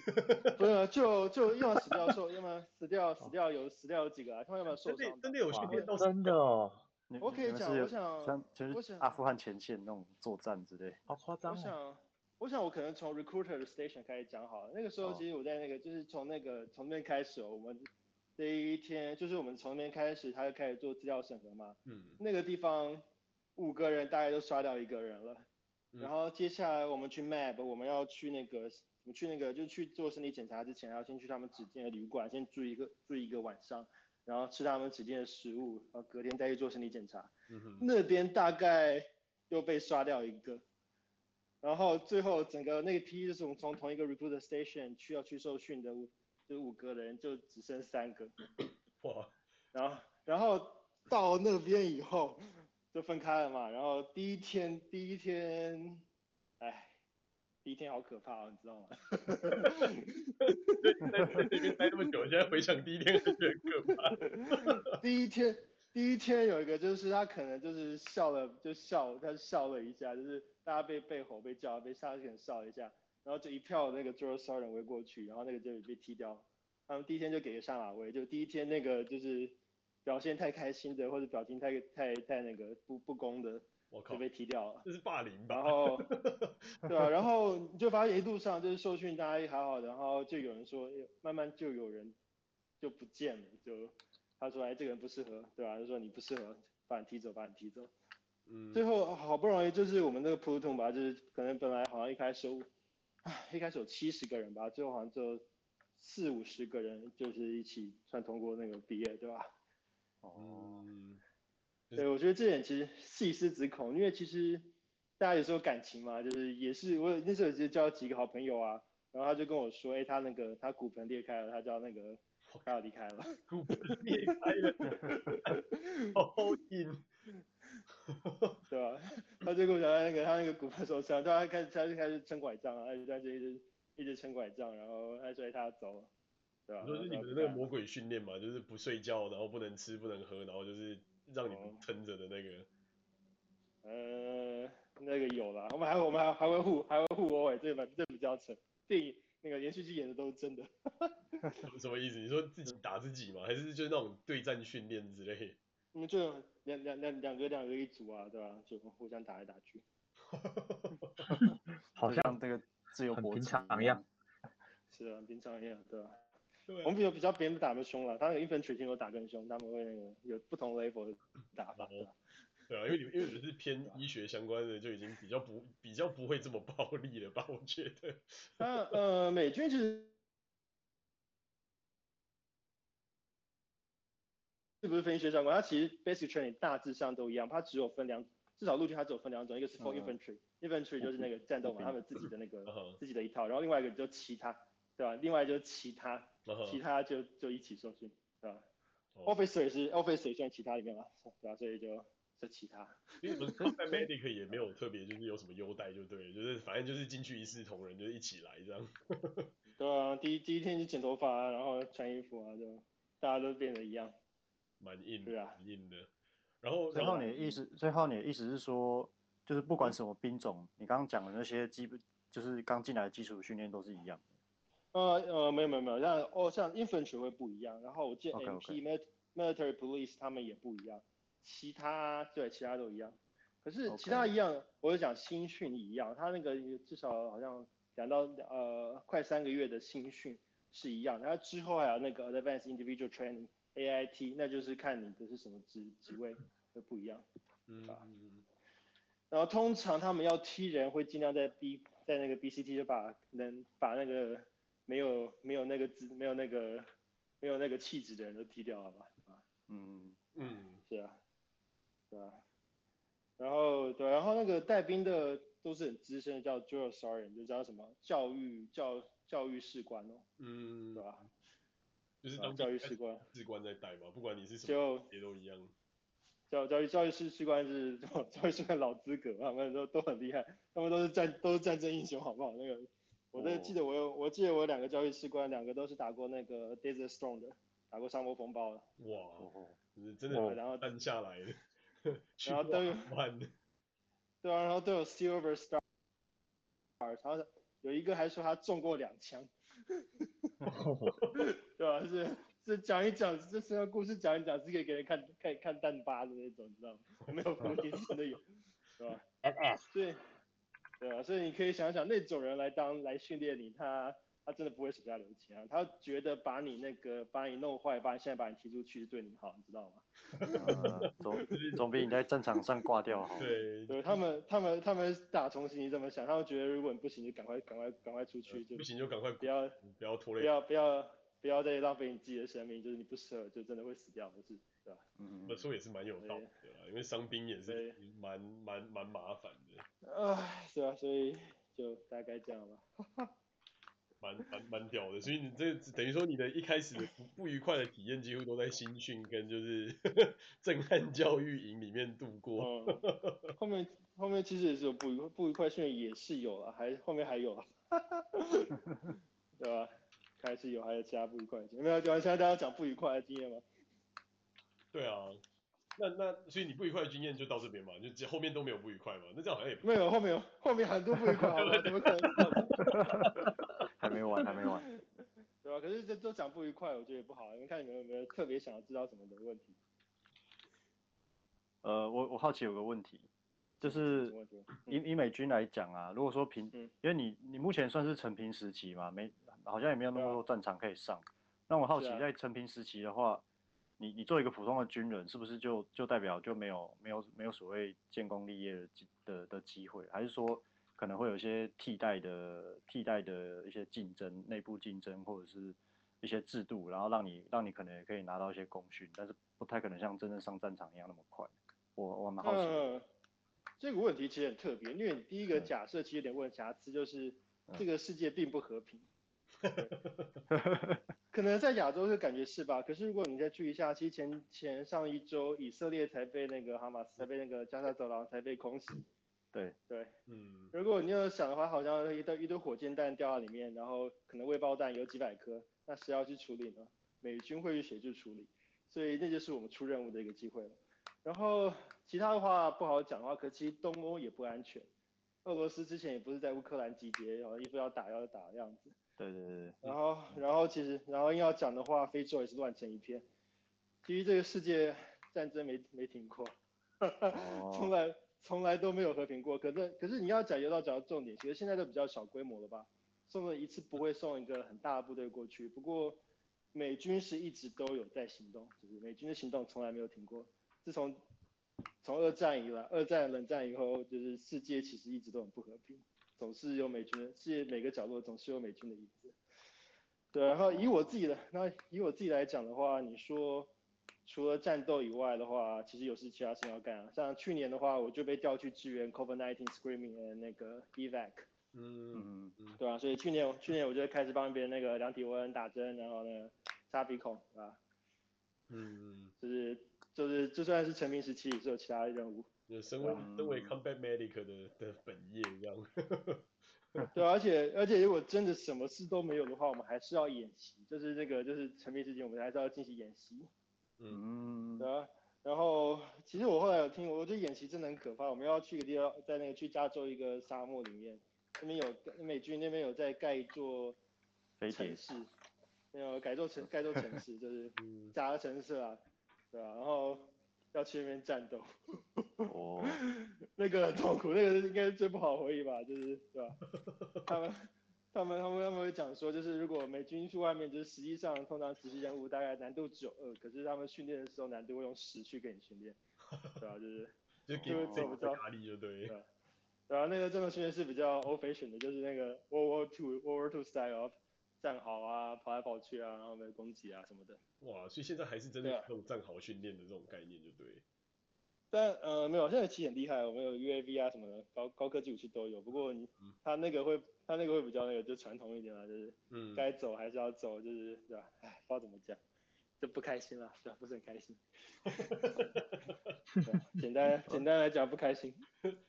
[SPEAKER 4] 不是，啊就就要么死掉受，要么死掉死掉有死掉有几个啊，他们要么受
[SPEAKER 3] 真的
[SPEAKER 4] 伤
[SPEAKER 3] 真的
[SPEAKER 4] 吧。
[SPEAKER 3] 有训练到死
[SPEAKER 1] 真的哦，
[SPEAKER 2] 你
[SPEAKER 4] 我可以
[SPEAKER 2] 你们
[SPEAKER 4] 讲
[SPEAKER 2] 是有
[SPEAKER 4] 我想
[SPEAKER 2] 像就
[SPEAKER 4] 我
[SPEAKER 2] 是
[SPEAKER 4] 想
[SPEAKER 2] 阿富汗前线那种作战之类。
[SPEAKER 1] 好夸张
[SPEAKER 4] 我
[SPEAKER 1] 哦。
[SPEAKER 4] 想，我想我可能从 recruiter 的 station 开始讲好了。那个时候
[SPEAKER 2] 哦
[SPEAKER 4] 其实我在那个，就是从那个从那边开始哦，我们第一天就是我们从那边开始，他就开始做资料审核嘛。
[SPEAKER 3] 嗯
[SPEAKER 4] 那个地方五个人大概都刷掉一个人了，
[SPEAKER 3] 嗯
[SPEAKER 4] 然后接下来我们去 map，我们要去那个，我们去那个就去做身体检查之前，要先去他们指定的旅馆先住一个住一个晚上，然后吃他们指定的食物，然后隔天再去做身体检查。
[SPEAKER 3] 嗯哼
[SPEAKER 4] 那边大概又被刷掉一个，然后最后整个那个批就是我们从同一个 recruiter station 去要去受训的五，就五个人就只剩三个，
[SPEAKER 3] 哇
[SPEAKER 4] 然后然后到那边以后就分开了嘛，然后第一天第一天，哎，第一天好可怕、哦，你知道吗？
[SPEAKER 3] 对，在在这边待那么久，现在回想第一天还觉得很可怕。
[SPEAKER 4] 第一天第一天有一个就是他可能就是笑了就笑，他笑了一下，就是大家被被吼被叫被杀人笑了一下，然后就一票那个 George s a r 围过去，然后那个就被踢掉。他们第一天就给个下马威，就第一天那个就是表现太开心的或者表情太太太那个不不公的
[SPEAKER 3] 我靠
[SPEAKER 4] 就，被踢掉了。
[SPEAKER 3] 这是霸凌
[SPEAKER 4] 然
[SPEAKER 3] 吧？
[SPEAKER 4] 后，对啊，然后你就发现一路上就是受训，大家也还好，然后就有人说，哎慢慢就有人就不见了，就他说，哎，这个人不适合，对吧、就说你不适合，把你踢走，把你踢走。
[SPEAKER 3] 嗯
[SPEAKER 4] 最后好不容易就是我们那个 platoon 吧，就是可能本来好像一开始有，唉一开始有七十个人吧，最后好像就四五十个人，就是一起算通过那个毕业，对吧？
[SPEAKER 2] 哦，
[SPEAKER 3] 嗯，
[SPEAKER 4] 对，我觉得这点其实细思极恐，因为其实大家有时候感情嘛，就是也是我有那时候就交几个好朋友啊，然后他就跟我说，哎，他那个他骨盆裂开了，他叫那个他要离开了，
[SPEAKER 3] 骨盆裂开 了，好硬。
[SPEAKER 4] 对吧？他就跟我讲他那个他那个骨盆受伤，对啊，他开始他就开始撑拐杖啊，他就他就一直一直撑拐杖，然后他说哎他要走了，对吧？
[SPEAKER 3] 你说是你们的那个魔鬼训练嘛，就是不睡觉，然后不能吃，不能喝，然后就是让你们
[SPEAKER 4] 哦
[SPEAKER 3] 撑着的那个。
[SPEAKER 4] 呃，那个有啦，我们还我们还还会互还会互殴哎，这个这比较扯，电影那个连续剧演的都是真的。
[SPEAKER 3] 什么什么意思？你说自己打自己吗？还是就是那种对战训练之类？
[SPEAKER 4] 你们就两两两两个两个一组啊，对吧、就互相打来打去。
[SPEAKER 2] 好像这个自由
[SPEAKER 1] 很
[SPEAKER 2] 搏
[SPEAKER 1] 平
[SPEAKER 2] 击
[SPEAKER 1] 常一
[SPEAKER 2] 一
[SPEAKER 1] 样。
[SPEAKER 4] 是啊，平常一样，对吧、
[SPEAKER 3] 对
[SPEAKER 4] 我
[SPEAKER 3] 啊
[SPEAKER 4] 们比较比较别人打的凶了，他们 infantry 听我打更凶，他们会那个有不同 level 的打法。对吧
[SPEAKER 3] 对啊，因为你们因为你们是偏医学相关的，就已经比较不比较不会这么暴力了吧？我觉得。
[SPEAKER 4] 那呃，美军其实是不是分医学相关？它其实 basic training 大致上都一样，它只有分两，至少陆军它只有分两种，一个是 for
[SPEAKER 2] 嗯
[SPEAKER 4] infantry，infantry、就是那个战斗嘛，他们自己的那个
[SPEAKER 3] 嗯哼
[SPEAKER 4] 自己的一套，然后另外一个就其他，对吧？另外就是其他
[SPEAKER 3] 嗯哼
[SPEAKER 4] 其他就就一起受训，对吧、
[SPEAKER 3] 哦
[SPEAKER 4] o f f i c e r 是 Officer 也算其他里面嘛，对啊吧、所以就就其他。
[SPEAKER 3] 因为我们在 medic 也没有特别就是有什么优待，就对了，就是反正就是进去一视同仁，就是一起来这样。
[SPEAKER 4] 对啊，第一第一天就剪头发啊，然后穿衣服啊，就大家都变得一样。
[SPEAKER 3] 蛮硬，
[SPEAKER 4] 对啊
[SPEAKER 3] 蛮硬的。然后，
[SPEAKER 2] 最
[SPEAKER 3] 然
[SPEAKER 2] 后
[SPEAKER 3] 后
[SPEAKER 2] 你的意思，最后你的意思是说，就是不管什么兵种，你刚刚讲的那些基本，就是刚进来的基础训练都是一样的。
[SPEAKER 4] 呃呃，没有没有没有，像哦像 infantry 会不一样，然后我见
[SPEAKER 2] OK，OK
[SPEAKER 4] MP mil- military police 他们也不一样，其他对其他都一样。可是
[SPEAKER 2] OK
[SPEAKER 4] 其他一样我就讲新训一样，他那个至少好像两到呃快三个月的新训是一样，然后之后还有那个 advanced individual training AIT，那就是看你的是什么职职位会不一样。
[SPEAKER 3] 嗯，
[SPEAKER 4] 啊
[SPEAKER 3] 嗯
[SPEAKER 4] 然后通常他们要踢人，会尽量在 B 在那个 BCT 就把能把那个没有没有那个资没有那个没有那个气质的人都踢掉了吧？啊，
[SPEAKER 2] 嗯，
[SPEAKER 3] 嗯，
[SPEAKER 4] 是啊，对啊。然后对，然后那个带兵的都是很资深的，叫 drill sergeant，就叫什么教育教教育士官哦，
[SPEAKER 3] 嗯，
[SPEAKER 4] 对吧、
[SPEAKER 3] 就是
[SPEAKER 4] 啊
[SPEAKER 3] 当
[SPEAKER 4] 教育士官，
[SPEAKER 3] 士官在带嘛，不管你是什么，
[SPEAKER 4] 就
[SPEAKER 3] 也都一样。
[SPEAKER 4] 教教育教育士士官是教育士官老资格，他们都都很厉害，他们都是战都是战争英雄，好不好？那个我这
[SPEAKER 2] 哦
[SPEAKER 4] 记得我有我记得我有两个教育士官，两个都是打过那个 Desert Storm 的，打过沙漠风暴的，
[SPEAKER 3] 哇，
[SPEAKER 2] 哦，
[SPEAKER 3] 就是真
[SPEAKER 4] 啊对吧
[SPEAKER 3] 的
[SPEAKER 4] 然后
[SPEAKER 3] 按下来了， 去
[SPEAKER 4] 然后都有
[SPEAKER 3] 换的，
[SPEAKER 4] 对啊，然后都有 Silver Star，然后有一个还说他中过两枪， 对吧、是是讲一讲这身上故事讲一讲是可以给人看看看蛋巴的那种，你知道吗？我没有不一定真的有，对吧、所以，对啊，所以你可以想想那种人来当来训练你，他他真的不会手下留情啊，他觉得把你那个把你弄坏，把你现在把你踢出去是对你好，你知道吗？
[SPEAKER 2] 呃总总比你在战场上挂掉好。，
[SPEAKER 3] 对，
[SPEAKER 4] 对他们，他们他们打从心里这么想，他们觉得如果你不行就赶快赶快赶快出去，就
[SPEAKER 3] 呃不行就赶快
[SPEAKER 4] 不
[SPEAKER 3] 滚，
[SPEAKER 4] 要
[SPEAKER 3] 不要拖
[SPEAKER 4] 不
[SPEAKER 3] 累。
[SPEAKER 4] 要不要不要再浪费你自己的生命，就是你不适合就真的会死掉，不是？对吧？
[SPEAKER 2] 嗯
[SPEAKER 3] 我，说也是蛮有道理的啦，因为伤兵也是
[SPEAKER 4] 对
[SPEAKER 3] 蛮蛮蛮麻烦的，
[SPEAKER 4] 唉，对啊，所以就大概这样吧。
[SPEAKER 3] 蛮蛮蛮屌的。所以你这等于说你的一开始的不不愉快的体验，几乎都在新训跟就是 震撼教育营里面度过。
[SPEAKER 4] 嗯，后面后面其实也是有不愉不愉快训练也是有了，还后面 还有了，啊对吧？还是有，还有其他不愉快的经验。没有，讲现在大家讲不愉快的经验吗？
[SPEAKER 3] 对啊，那那所以你不愉快的经验就到这边嘛，就这后面都没有不愉快嘛，那这样好像也不
[SPEAKER 4] 没有，后面有，后面很多不愉快，好吧？啊怎么可能？
[SPEAKER 2] 嗯还没完，还没完。
[SPEAKER 4] 对吧？可是这都讲不愉快，我觉得也不好。你们看你们有没有特别想要知道什么的问题？
[SPEAKER 2] 呃，我我好奇有个问题，就是
[SPEAKER 4] 什么问题？
[SPEAKER 2] 以以美军来讲啊，如果说平，
[SPEAKER 4] 嗯
[SPEAKER 2] 因为你你目前算是成平时期嘛，没好像也没有那
[SPEAKER 4] 对
[SPEAKER 2] 么
[SPEAKER 4] 啊
[SPEAKER 2] 多战场可以上。那我好奇
[SPEAKER 4] 是，啊
[SPEAKER 2] 在成平时期的话，你你做一个普通的军人，是不是就就代表就没有没有没有所谓建功立业的机的的机会，还是说可能会有一些替代的替代的一些竞争，内部竞争或者是一些制度，然后让你让你可能也可以拿到一些功勋，但是不太可能像真正上战场一样那么快。我我蛮好奇的，
[SPEAKER 4] 嗯，这个问题其实很特别，因为你第一个
[SPEAKER 2] 嗯
[SPEAKER 4] 假设其实有点问瑕疵，就是
[SPEAKER 2] 嗯
[SPEAKER 4] 这个世界并不和平。 可能在亚洲就感觉是吧？可是如果你再注意一下，其实前前上一周以色列才被那个哈马斯才被那个加沙走廊才被空袭。
[SPEAKER 2] 对
[SPEAKER 4] 对，
[SPEAKER 3] 嗯
[SPEAKER 4] 如果你要想的话，好像一堆一堆火箭弹掉在里面，然后可能未爆弹有几百颗，那谁要去处理呢？美军会去协助处理，所以那就是我们出任务的一个机会了。然后其他的话不好讲的话，可其实东欧也不安全，俄罗斯之前也不是在乌克兰集结，然后一副要打要打的样子。
[SPEAKER 2] 对对对对。
[SPEAKER 4] 然后，然后其实，然后硬要讲的话，非洲也是乱成一片。其实这个世界战争没没停过，
[SPEAKER 2] 哦，
[SPEAKER 4] 从来从来都没有和平过。可是可是你要讲，有到讲到重点，其实现在都比较小规模了吧？送了一次不会送一个很大的部队过去，不过美军是一直都有在行动，就是美军的行动从来没有停过。自从从二战以来，二战冷战以后，就是世界其实一直都很不和平，总是有美军的，世界每个角落总是有美军的影子。对，然后以我自己的那以我自己来讲的话，你说除了战斗以外的话，其实有事其他事情要干啊。像去年的话，我就被调去支援 COVID-19 screaming 的那个 evac，
[SPEAKER 3] 嗯，
[SPEAKER 2] 嗯，
[SPEAKER 4] 对啊，所以去年去年我就开始帮别人那个量体温、打针，然后呢擦鼻孔啊，
[SPEAKER 3] 嗯，
[SPEAKER 4] 就是就是就算是成名时期也是有其他任务。
[SPEAKER 3] 就身为
[SPEAKER 2] 嗯
[SPEAKER 3] 身为 combat medic 的的本业这样，
[SPEAKER 4] 对啊，而且而且如果真的什么事都没有的话，我们还是要演习，就是那个就是成名之前我们还是要进行演习。
[SPEAKER 3] 嗯
[SPEAKER 2] 嗯
[SPEAKER 4] 对啊，然后其实我后来有听，我觉得演习真的很可怕。我们要去一个地方，在那个去加州一个沙漠里面，那边有美军那边有在盖一座
[SPEAKER 2] 飞碟
[SPEAKER 4] 城，市，没有改 座城盖座城市，就是
[SPEAKER 3] 嗯，
[SPEAKER 4] 加城市啊，对啊，然后要去那边战斗，
[SPEAKER 2] 哦，
[SPEAKER 4] 那个很痛苦，那个是应该是最不好的回忆吧，就是对吧、他们他们他们他们会讲说，就是如果美军去外面，就是实际上通常执行任务大概难度只有二，可是他们训练的时候难度会用十去给你训练，对吧、就是。
[SPEAKER 3] 就给
[SPEAKER 4] 就是
[SPEAKER 3] 你这
[SPEAKER 4] 啊做不
[SPEAKER 3] 个
[SPEAKER 4] 到
[SPEAKER 3] 压力就对
[SPEAKER 4] 对，对啊，那个战斗训练是比较 old fashion 的，就是那个 World War Two World War Two style of 战壕啊，跑来跑去啊，然后被攻击啊什么的。
[SPEAKER 3] 哇，所以现在还是真的
[SPEAKER 4] 对
[SPEAKER 3] 有
[SPEAKER 4] 啊
[SPEAKER 3] 这种战壕训练的这种概念就对，
[SPEAKER 4] 但呃没有，现在其实很厉害，我们有 UAV 啊什么的，高高科技武器都有。不过你
[SPEAKER 3] 嗯
[SPEAKER 4] 他那个会他那个会比较那个就传统一点啊，就是
[SPEAKER 3] 嗯，
[SPEAKER 4] 该走还是要走，就是对吧？唉，不知道怎么讲，就不开心了，对吧？不是很开心。 对啊简单简单来讲不开心。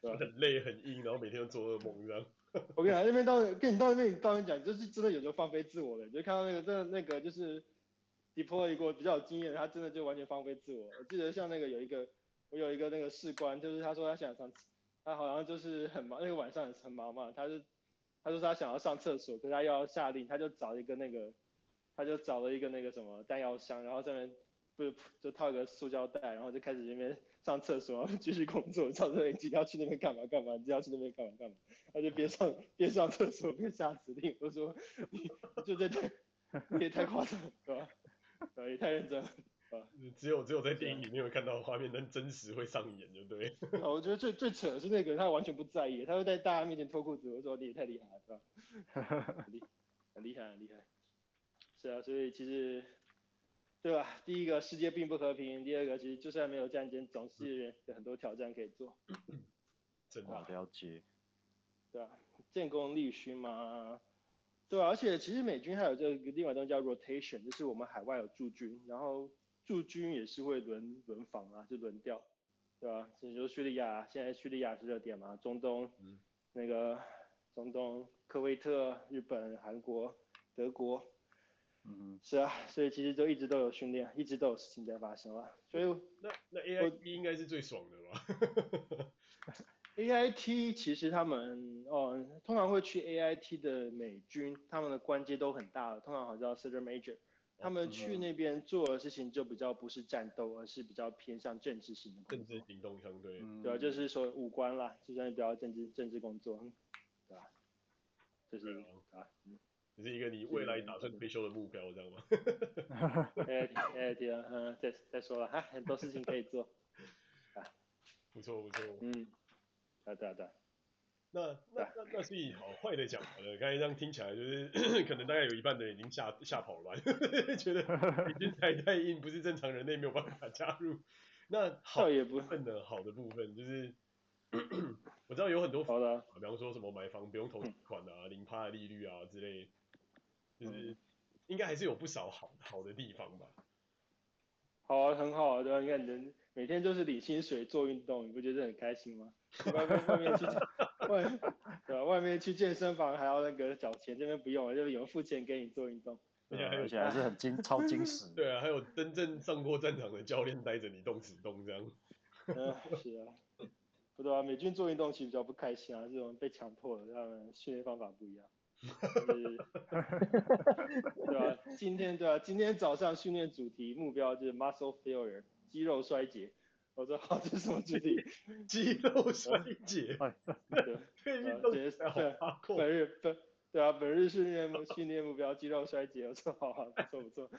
[SPEAKER 4] 对
[SPEAKER 3] 很累很硬，然后每天都做噩梦这样，
[SPEAKER 4] 我跟你讲，那边到跟你到那边，你到那边讲，就是真的有时候放飞自我了，你就看到那个真的那个就是 deploy 过比较有经验的，他真的就完全放飞自我。我记得像那个有一个，我有一个那个士官，就是他说他想上，他好像就是很忙，那个晚上很忙嘛，他就他就说他想要上厕所，可是他要下令，他就找一个那个，他就找了一个那个什么弹药箱，然后上面不是就套一个塑胶袋，然后就开始那边上厕所，然后继续工作，上厕所你今天要去那边干嘛干嘛，你今天要去那边干嘛干嘛。他就边上边上厕所边下指令，我说你就在这，你也太夸张了，对吧？对，也太认真了。
[SPEAKER 3] 只有只有在电影里面有看到的画面，但真实会上演就对，
[SPEAKER 4] 啊我觉得最最扯的是那个他完全不在意，他会在大家面前脱裤子，我说你也太厉害了，对吧？很厉很厉害，很厉害。是啊，所以其实，对吧？第一个世界并不和平，第二个其实就算没有战争，总是有很多挑战可以做。
[SPEAKER 3] 真
[SPEAKER 2] 哇
[SPEAKER 3] 的，
[SPEAKER 2] 了解，
[SPEAKER 4] 对啊，建功立勋嘛，对啊，而且其实美军还有这个另外一东西叫 rotation，就是我们海外有驻军，然后驻军也是会轮轮防啊，就轮调，对吧、啊？你说叙利亚，现在叙利亚是热点嘛，中东，
[SPEAKER 3] 嗯
[SPEAKER 4] 那个中东科威特、日本、韩国、德国，
[SPEAKER 2] 嗯，
[SPEAKER 4] 是啊，所以其实都一直都有训练，一直都有事情在发生啊，所以
[SPEAKER 3] 那那 AI 应该是最爽的吧？
[SPEAKER 4] AIT 其实他们哦，通常会去 AIT 的美军，他们的官阶都很大了，通常好像叫 Sergeant
[SPEAKER 3] 嗯
[SPEAKER 4] Major。他们去那边做的事情就比较不是战斗，而是比较偏向政治型的工
[SPEAKER 3] 政
[SPEAKER 4] 作
[SPEAKER 3] 治。行动相对，
[SPEAKER 2] 嗯
[SPEAKER 4] 对啊，就是说武官啦，就算比较政治政治工作，嗯对吧、就是
[SPEAKER 3] 对
[SPEAKER 4] 啊嗯
[SPEAKER 3] 只是一个你未来打算退休的目标，这样吗？
[SPEAKER 2] 啊
[SPEAKER 4] ，AIT AIT 啊，嗯，再再说了，哈，很多事情可以做，
[SPEAKER 3] 不错不错。
[SPEAKER 4] 嗯，啊对啊对啊，
[SPEAKER 3] 那那那那所以好坏的讲完了，刚才这样听起来就是 可能大概有一半的人已经吓吓跑了吧， 觉得已经太太硬，不是正常人类没有办法加入。那好
[SPEAKER 4] 倒
[SPEAKER 3] 的
[SPEAKER 4] 也不
[SPEAKER 3] 部分呢？好的部分就是 我知道有很多
[SPEAKER 4] 好的啊，
[SPEAKER 3] 比方说什么买房不用投资款啊、零趴的利率啊之类，
[SPEAKER 4] 嗯
[SPEAKER 3] 就是应该还是有不少好好的地方吧。
[SPEAKER 4] 好啊，很好啊，对吧、你看你人每天就是领薪水做运动，你不觉得很开心吗？外面外面去外对吧、外面去健身房还要那个缴钱，这边不用，就有人付钱给你做运动。
[SPEAKER 3] 而且
[SPEAKER 2] 对 啊
[SPEAKER 3] 还有
[SPEAKER 2] 而且还是很精超精实，
[SPEAKER 3] 对啊，还有真正上过战场的教练带着你动死动这样。
[SPEAKER 4] 嗯，是啊，不对啊，美军做运动其实比较不开心啊，这种被强迫的，他们训练方法不一样。就是、 对啊，今天对啊，今天早上训练主题目标就是 muscle failure，肌肉衰竭。我说好，这是什么主题？
[SPEAKER 3] 肌肉衰竭，
[SPEAKER 2] 哎
[SPEAKER 4] 对。
[SPEAKER 3] 呃对运动
[SPEAKER 4] 对
[SPEAKER 3] 起来好发扣。
[SPEAKER 4] 本日本对啊，本日训练目训练目标肌肉衰竭，我说好啊，不错不错，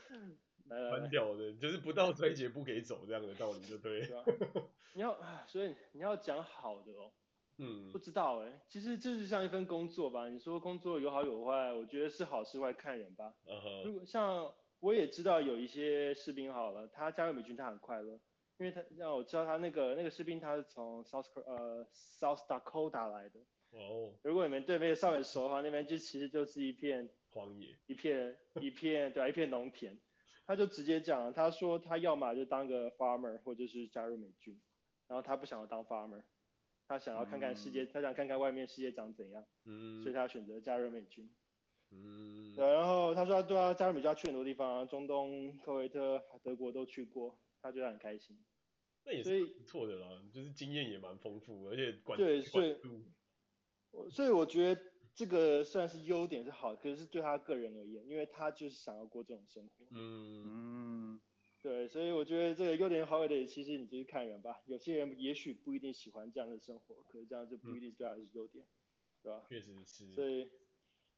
[SPEAKER 4] 来来
[SPEAKER 3] 蛮
[SPEAKER 4] 来，
[SPEAKER 3] 屌的，就是不到衰竭不给走这样的道理就对
[SPEAKER 4] 对。吧、你要啊所以你要讲好的哦，
[SPEAKER 3] 嗯
[SPEAKER 4] 不知道哎、其实这就像一份工作吧，你说工作有好有坏，我觉得是好是坏看人吧。
[SPEAKER 3] 啊哈
[SPEAKER 4] 如果像我也知道有一些士兵好了，他加入美军他很快乐，因为他让我知道他那个那个士兵他是从 South Car- 呃 South Dakota 来的，
[SPEAKER 3] 哦，
[SPEAKER 4] 如果你们对面稍微熟的话，那边就其实就是一片
[SPEAKER 3] 荒野，
[SPEAKER 4] 一片一片对、啊、一片农田。他就直接讲，他说他要么就当个 farmer，或者是加入美军，然后他不想要当 farmer，他想要看看世界，他想看看外面世界长怎样，所
[SPEAKER 3] 嗯
[SPEAKER 4] 以他选择加入美军。
[SPEAKER 3] 嗯
[SPEAKER 4] 对，然后他说他对啊，加勒比就要去很多地方啊，中东、科威特、德国都去过，他觉得很开心。
[SPEAKER 3] 那也
[SPEAKER 4] 所
[SPEAKER 3] 是
[SPEAKER 4] 以
[SPEAKER 3] 不错的啦，就是经验也蛮丰富，而且管
[SPEAKER 4] 对所以
[SPEAKER 3] 管住，
[SPEAKER 4] 我所以我觉得这个虽然是优点是好，可是对他个人而言，因为他就是想要过这种生活。
[SPEAKER 3] 嗯
[SPEAKER 2] 嗯，
[SPEAKER 4] 对，所以我觉得这个优点好有点，其实你就是看人吧。有些人也许不一定喜欢这样的生活，可是这样就不一定对他是优点，对吧？
[SPEAKER 3] 确实嗯是，
[SPEAKER 4] 所以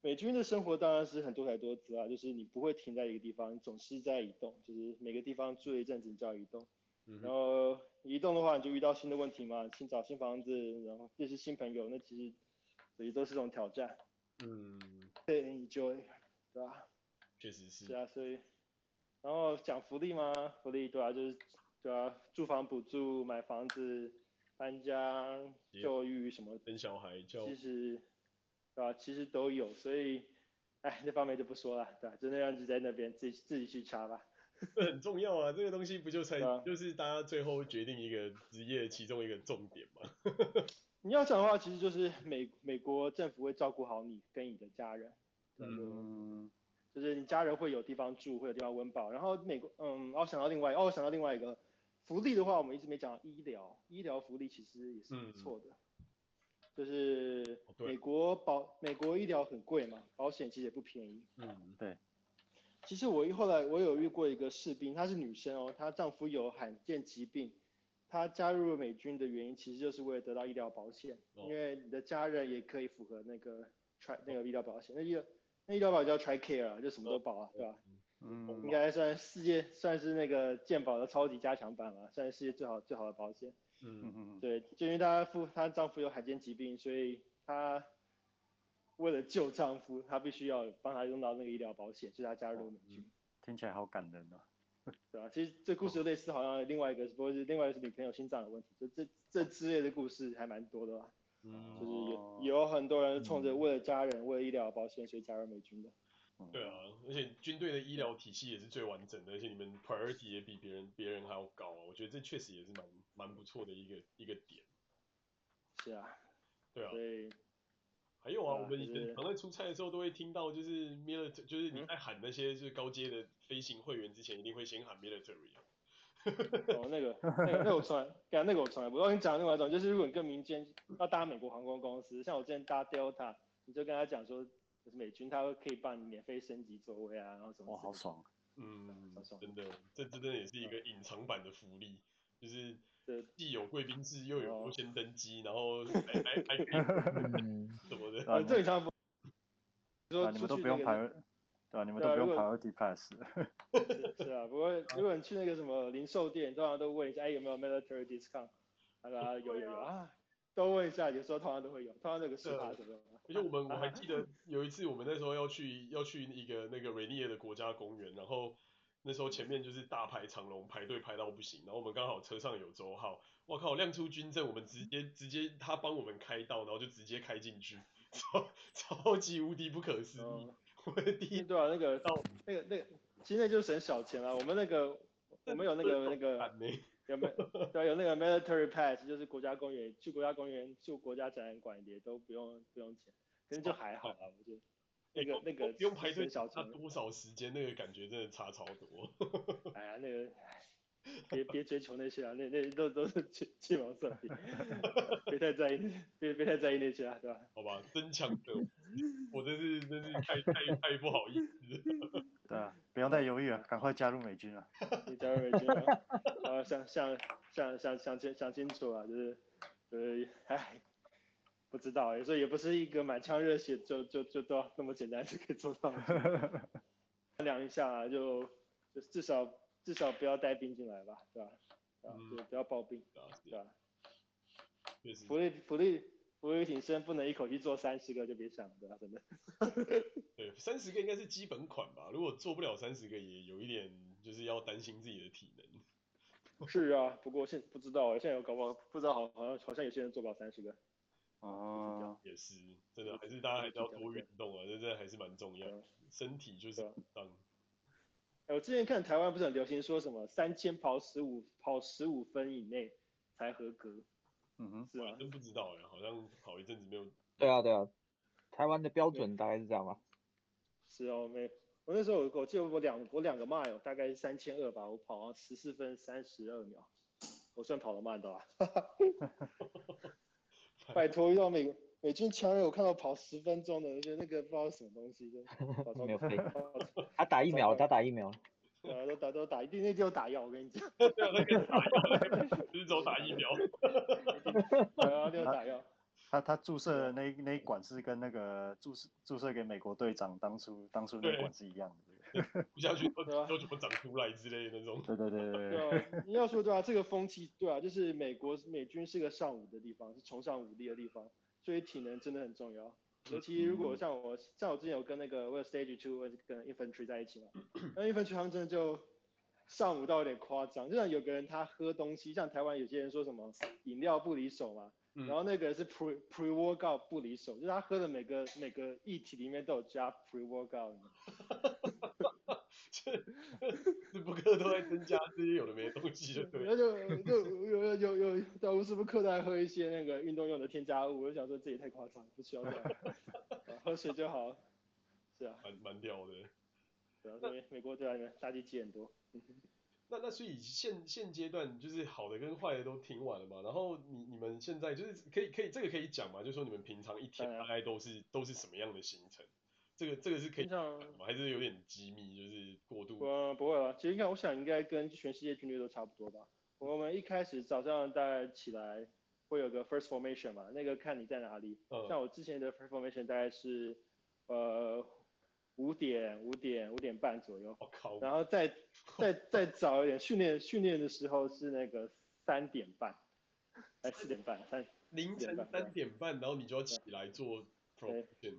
[SPEAKER 4] 美军的生活当然是很多彩多姿啊，就是你不会停在一个地方，你总是在移动，就是每个地方住一阵子你就要移动，
[SPEAKER 3] 嗯
[SPEAKER 4] 然
[SPEAKER 3] 哼
[SPEAKER 4] 后移动的话你就遇到新的问题嘛，新找新房子，然后认识新朋友，那其实也都是种挑战，
[SPEAKER 3] 嗯，
[SPEAKER 4] 对，enjoy，对吧？
[SPEAKER 3] 确实是
[SPEAKER 4] 是，啊，所以，然后讲福利吗？福利对啊，就是对啊，住房补助、买房子、搬家、
[SPEAKER 3] 也
[SPEAKER 4] 教育什么，
[SPEAKER 3] 生小孩叫
[SPEAKER 4] 其实对啊，其实都有，所以，哎，那方面就不说了，对啊，就那样子在那边自己自己去查吧。
[SPEAKER 3] 这很重要啊，这个东西不就才
[SPEAKER 4] 对啊
[SPEAKER 3] 就是大家最后决定一个职业其中一个重点嘛？
[SPEAKER 4] 你要讲的话，其实就是美美国政府会照顾好你跟你的家人，对啊就
[SPEAKER 2] 嗯，
[SPEAKER 4] 就是你家人会有地方住，会有地方温饱。然后美国，嗯，哦，想到另外，哦，我想到另外一个福利的话，我们一直没讲到医疗，医疗福利其实也是
[SPEAKER 3] 嗯
[SPEAKER 4] 不错的。嗯就是
[SPEAKER 3] 哦对
[SPEAKER 4] 美国保美国医疗很贵嘛，保险其实也不便宜。
[SPEAKER 3] 嗯
[SPEAKER 4] 其实我后来我有遇过一个士兵，她是女生哦，她丈夫有罕见疾病，她加入美军的原因其实就是为了得到医疗保险，
[SPEAKER 3] 哦
[SPEAKER 4] 因为你的家人也可以符合那个 tri 那个医疗保险，那医疗那医疗保险叫 TriCare 啊，就什么都
[SPEAKER 3] 哦
[SPEAKER 4] 保啊，对吧、
[SPEAKER 2] 嗯
[SPEAKER 4] 应该算世界算是那个健保的超级加强版吧，算是世界最好最好的保险。
[SPEAKER 2] 嗯
[SPEAKER 3] 嗯，
[SPEAKER 2] 嗯
[SPEAKER 4] 对，就因为她夫她丈夫有罕见疾病，所以她为了救丈夫，她必须要帮他用到那个医疗保险，所以她加入了美
[SPEAKER 2] 哦嗯
[SPEAKER 4] 军，
[SPEAKER 2] 听起来好感人啊。
[SPEAKER 4] 对吧、其实这故事类似，好像另外一个，不过是另外一个是女朋友心脏有问题，就这这之类的故事还蛮多的吧。
[SPEAKER 3] 嗯
[SPEAKER 4] 就是有
[SPEAKER 2] 哦
[SPEAKER 4] 有很多人冲着
[SPEAKER 2] 嗯
[SPEAKER 4] 为了家人、为了医疗保险，所以加入美军的。
[SPEAKER 2] 嗯
[SPEAKER 3] 对啊，，而且军队的医疗体系也是最完整的，而且你们 priority 也比别人别人还要高啊，我觉得这确实也是蛮蛮不错的一个一个点。
[SPEAKER 4] 是啊，
[SPEAKER 3] 对啊，
[SPEAKER 4] 所以
[SPEAKER 3] 还有啊，
[SPEAKER 4] 对啊
[SPEAKER 3] 我们以
[SPEAKER 4] 就
[SPEAKER 3] 前
[SPEAKER 4] 是
[SPEAKER 3] 常在出差的时候都会听到，就是 military，就是你
[SPEAKER 4] 嗯
[SPEAKER 3] 在喊那些就是高阶的飞行会员之前，一定会先喊 military 啊。
[SPEAKER 4] 哦，那个，那个，那个我从来，对啊那个我从来不。我跟你讲另外一种，就是如果你跟民间要搭美国航空公司，像我之前搭 Delta，你就跟他讲说，就是美军他会可以帮你免费升级座位啊，然后什么
[SPEAKER 2] 哇，好
[SPEAKER 4] 之类的。
[SPEAKER 2] 爽。
[SPEAKER 3] 嗯
[SPEAKER 4] 好爽，
[SPEAKER 3] 真的，这这真的也是一个隐藏版的福利，就是
[SPEAKER 4] 对
[SPEAKER 3] 既有贵宾制，又有
[SPEAKER 4] 哦
[SPEAKER 3] 优先登机，然后还还还可以
[SPEAKER 1] 嗯，
[SPEAKER 3] 什么
[SPEAKER 2] 对啊
[SPEAKER 3] 的。
[SPEAKER 4] 呃，最常不，
[SPEAKER 2] 对啊，
[SPEAKER 4] 说
[SPEAKER 2] 你
[SPEAKER 4] 出
[SPEAKER 2] 们都
[SPEAKER 4] 去
[SPEAKER 2] 不
[SPEAKER 4] 那
[SPEAKER 2] 用
[SPEAKER 4] 个
[SPEAKER 2] 排，对啊，你们
[SPEAKER 4] 对
[SPEAKER 2] 都
[SPEAKER 4] 啊
[SPEAKER 2] 不用
[SPEAKER 4] 如果
[SPEAKER 2] priority pass。
[SPEAKER 4] 是是啊，不过如果你去那个什么零售店，通常都问一下，哎，有没有 military discount？啊，有有有啊，都问一下，有时候通常都会有，通常都有个十
[SPEAKER 3] 对啊
[SPEAKER 4] 趴左右。
[SPEAKER 3] 而且我 们我还记得有一次，我们那时候要去要去一个那个瑞涅的国家公园，然后那时候前面就是大排长龙，排队排到不行，然后我们刚好车上有周浩，我靠，亮出军证，我们直接直接他帮我们开道，然后就直接开进去，超超级无敌不可思议，
[SPEAKER 4] 嗯，
[SPEAKER 3] 我的第一
[SPEAKER 4] 对啊，那个
[SPEAKER 3] 到
[SPEAKER 4] 那个那个，其实那就省小钱了。我们那个我们有那个那个。
[SPEAKER 3] 版呢。
[SPEAKER 4] 有没对有那个 military pass，就是国家公园去国家公园住国家展览馆也都不用不用钱，可是就还好啦，我觉得那个
[SPEAKER 3] 欸
[SPEAKER 4] 那个
[SPEAKER 3] 不用排队
[SPEAKER 4] 省小
[SPEAKER 3] 差
[SPEAKER 4] 钱，
[SPEAKER 3] 多少时间，那个感觉真的差超多。
[SPEAKER 4] 哎呀那个哎别别追求那些啊，那那都都是鸡鸡毛蒜皮，别太在意，别别太在意那些啊，对吧？
[SPEAKER 3] 好吧，争强者无，我真是真是太太太不好意思了。
[SPEAKER 2] 对啊，不要再犹豫了，赶快加入美军 啊。
[SPEAKER 4] 你加入美军了，啊想想想想想清想清楚啊，就是就是哎。不知道欸，所以也不是一个满腔热血就就就都要那么简单就可以做到的。衡量一下、就就至少至少不要带兵进来吧，对吧？啊，
[SPEAKER 3] 嗯
[SPEAKER 4] 就不要暴兵，
[SPEAKER 3] 啊
[SPEAKER 4] 对吧？
[SPEAKER 3] 确实，
[SPEAKER 4] 福利福利福利挺身不能一口气做三十个就别想了，对吧？真的，
[SPEAKER 3] 对，三十个应该是基本款吧。如果做不了三十个，也有一点就是要担心自己的体能。
[SPEAKER 4] 是啊，不过现不知道欸，现在有搞不好不知道好好像好像有些人做不了三十个，
[SPEAKER 2] 哦，
[SPEAKER 3] 也是真的，还是大家还是要多运动啊，这真的还是蛮重要的，身体就是
[SPEAKER 4] 对啊
[SPEAKER 3] 当
[SPEAKER 4] 哎我之前看台湾不是很流行说什么三千跑十五跑十五分以内才合格，
[SPEAKER 2] 嗯哼，
[SPEAKER 4] 是
[SPEAKER 3] 我还
[SPEAKER 4] 吗？
[SPEAKER 3] 真不知道哎，好像好一阵子没有
[SPEAKER 5] 对啊对啊，台湾的标准大概是这样吧。
[SPEAKER 4] 是哦，没，我那时候有我记得我两我两个 mile 大概三千二吧，我跑十四分三十二秒，我算跑得慢的啦。 拜托，遇到美美军强人，我看到跑十分钟的，我觉得那个不知道是什么东西，就跑 超
[SPEAKER 5] 没有
[SPEAKER 4] 快
[SPEAKER 5] 飞
[SPEAKER 4] 跑超
[SPEAKER 5] 他打疫苗，
[SPEAKER 4] 糟糕
[SPEAKER 5] 他打疫苗，
[SPEAKER 4] 对啊，都打都打，一定那天有打药，我跟 你讲，
[SPEAKER 3] 对啊，那个打疫苗， 就是走打疫苗，
[SPEAKER 4] 对啊，都有打药。
[SPEAKER 2] 他他注射的那一那一管是跟那个注射注射给美国队长当初当初那一
[SPEAKER 3] 对
[SPEAKER 2] 管是一样的，
[SPEAKER 3] 不下去都
[SPEAKER 4] 对啊
[SPEAKER 3] 都怎么长出来之类的那 种。
[SPEAKER 2] 对对对对
[SPEAKER 4] 对
[SPEAKER 2] 对，
[SPEAKER 4] 啊，你要说对啊，这个风气对啊，就是美国美军是个尚武的地方，是崇尚武力的地方，所以体能真的很重要。尤其如果像我，像我之前有跟那个我有 stage two，我是跟 infantry 在一起嘛，那 infantry 他们真的就尚武到有点夸张，就像有个人他喝东西，像台湾有些人说什么饮料不离手嘛，
[SPEAKER 3] 嗯
[SPEAKER 4] 然后那个人是 pre pre workout 不离手，就是他喝的每个每个液体里面都有加 pre workout，
[SPEAKER 3] 这不克都在增加这些有的没的东西，就对了。
[SPEAKER 4] 然后就就有有有有在无时不刻都在喝一些那个运动用的添加物，我就想说这也太夸张了，不需要 这样，啊喝水就好。是啊，
[SPEAKER 3] 蛮蛮屌的。
[SPEAKER 4] 对啊，所以美国对啊，你们大地鸡很多。
[SPEAKER 3] 那那所以现现阶段就是好的跟坏的都听完了嘛，然后你你们现在就是可以可以这个可以讲嘛，就是说你们平常一天
[SPEAKER 4] 当然
[SPEAKER 3] 大概都是都是什么样的行程？这个这个是可以
[SPEAKER 4] 平
[SPEAKER 3] 讲
[SPEAKER 4] 常啊
[SPEAKER 3] 的吗？还是有点机密，就是过度
[SPEAKER 4] 不、嗯不会了，其实应该我想应该跟全世界军队都差不多吧。我们一开始早上大概起来会有个 first formation 嘛，那个看你在哪里。
[SPEAKER 3] 呃
[SPEAKER 4] 像我之前的 first formation 大概是呃五点五点五点半左右。
[SPEAKER 3] 我靠，
[SPEAKER 4] 然后再 再再早一点，训练训练的时候是那个三点半， 哎四点半三，
[SPEAKER 3] 凌晨
[SPEAKER 4] 4:30
[SPEAKER 3] 三点半，然后你就要起来做 promotion，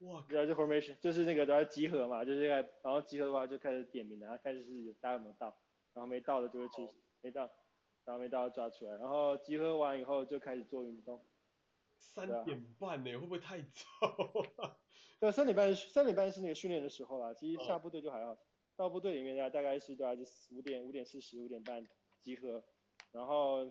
[SPEAKER 3] 哇
[SPEAKER 4] 然后就 formation 就是那个然后集合嘛，就是在然后集合的话就开始点名了，然后开始是大家有没有到，然后没到的就会出没到，然后没到就抓出来，然后集合完以后就开始做运动。
[SPEAKER 3] 三
[SPEAKER 4] 对啊
[SPEAKER 3] 点半呢，会不会太早啊？
[SPEAKER 4] 对，三点半是三点半是那个训练的时候啦，其实下部队就还好，到部队里面大大概是大概就是五点五点四十五点半集合，然后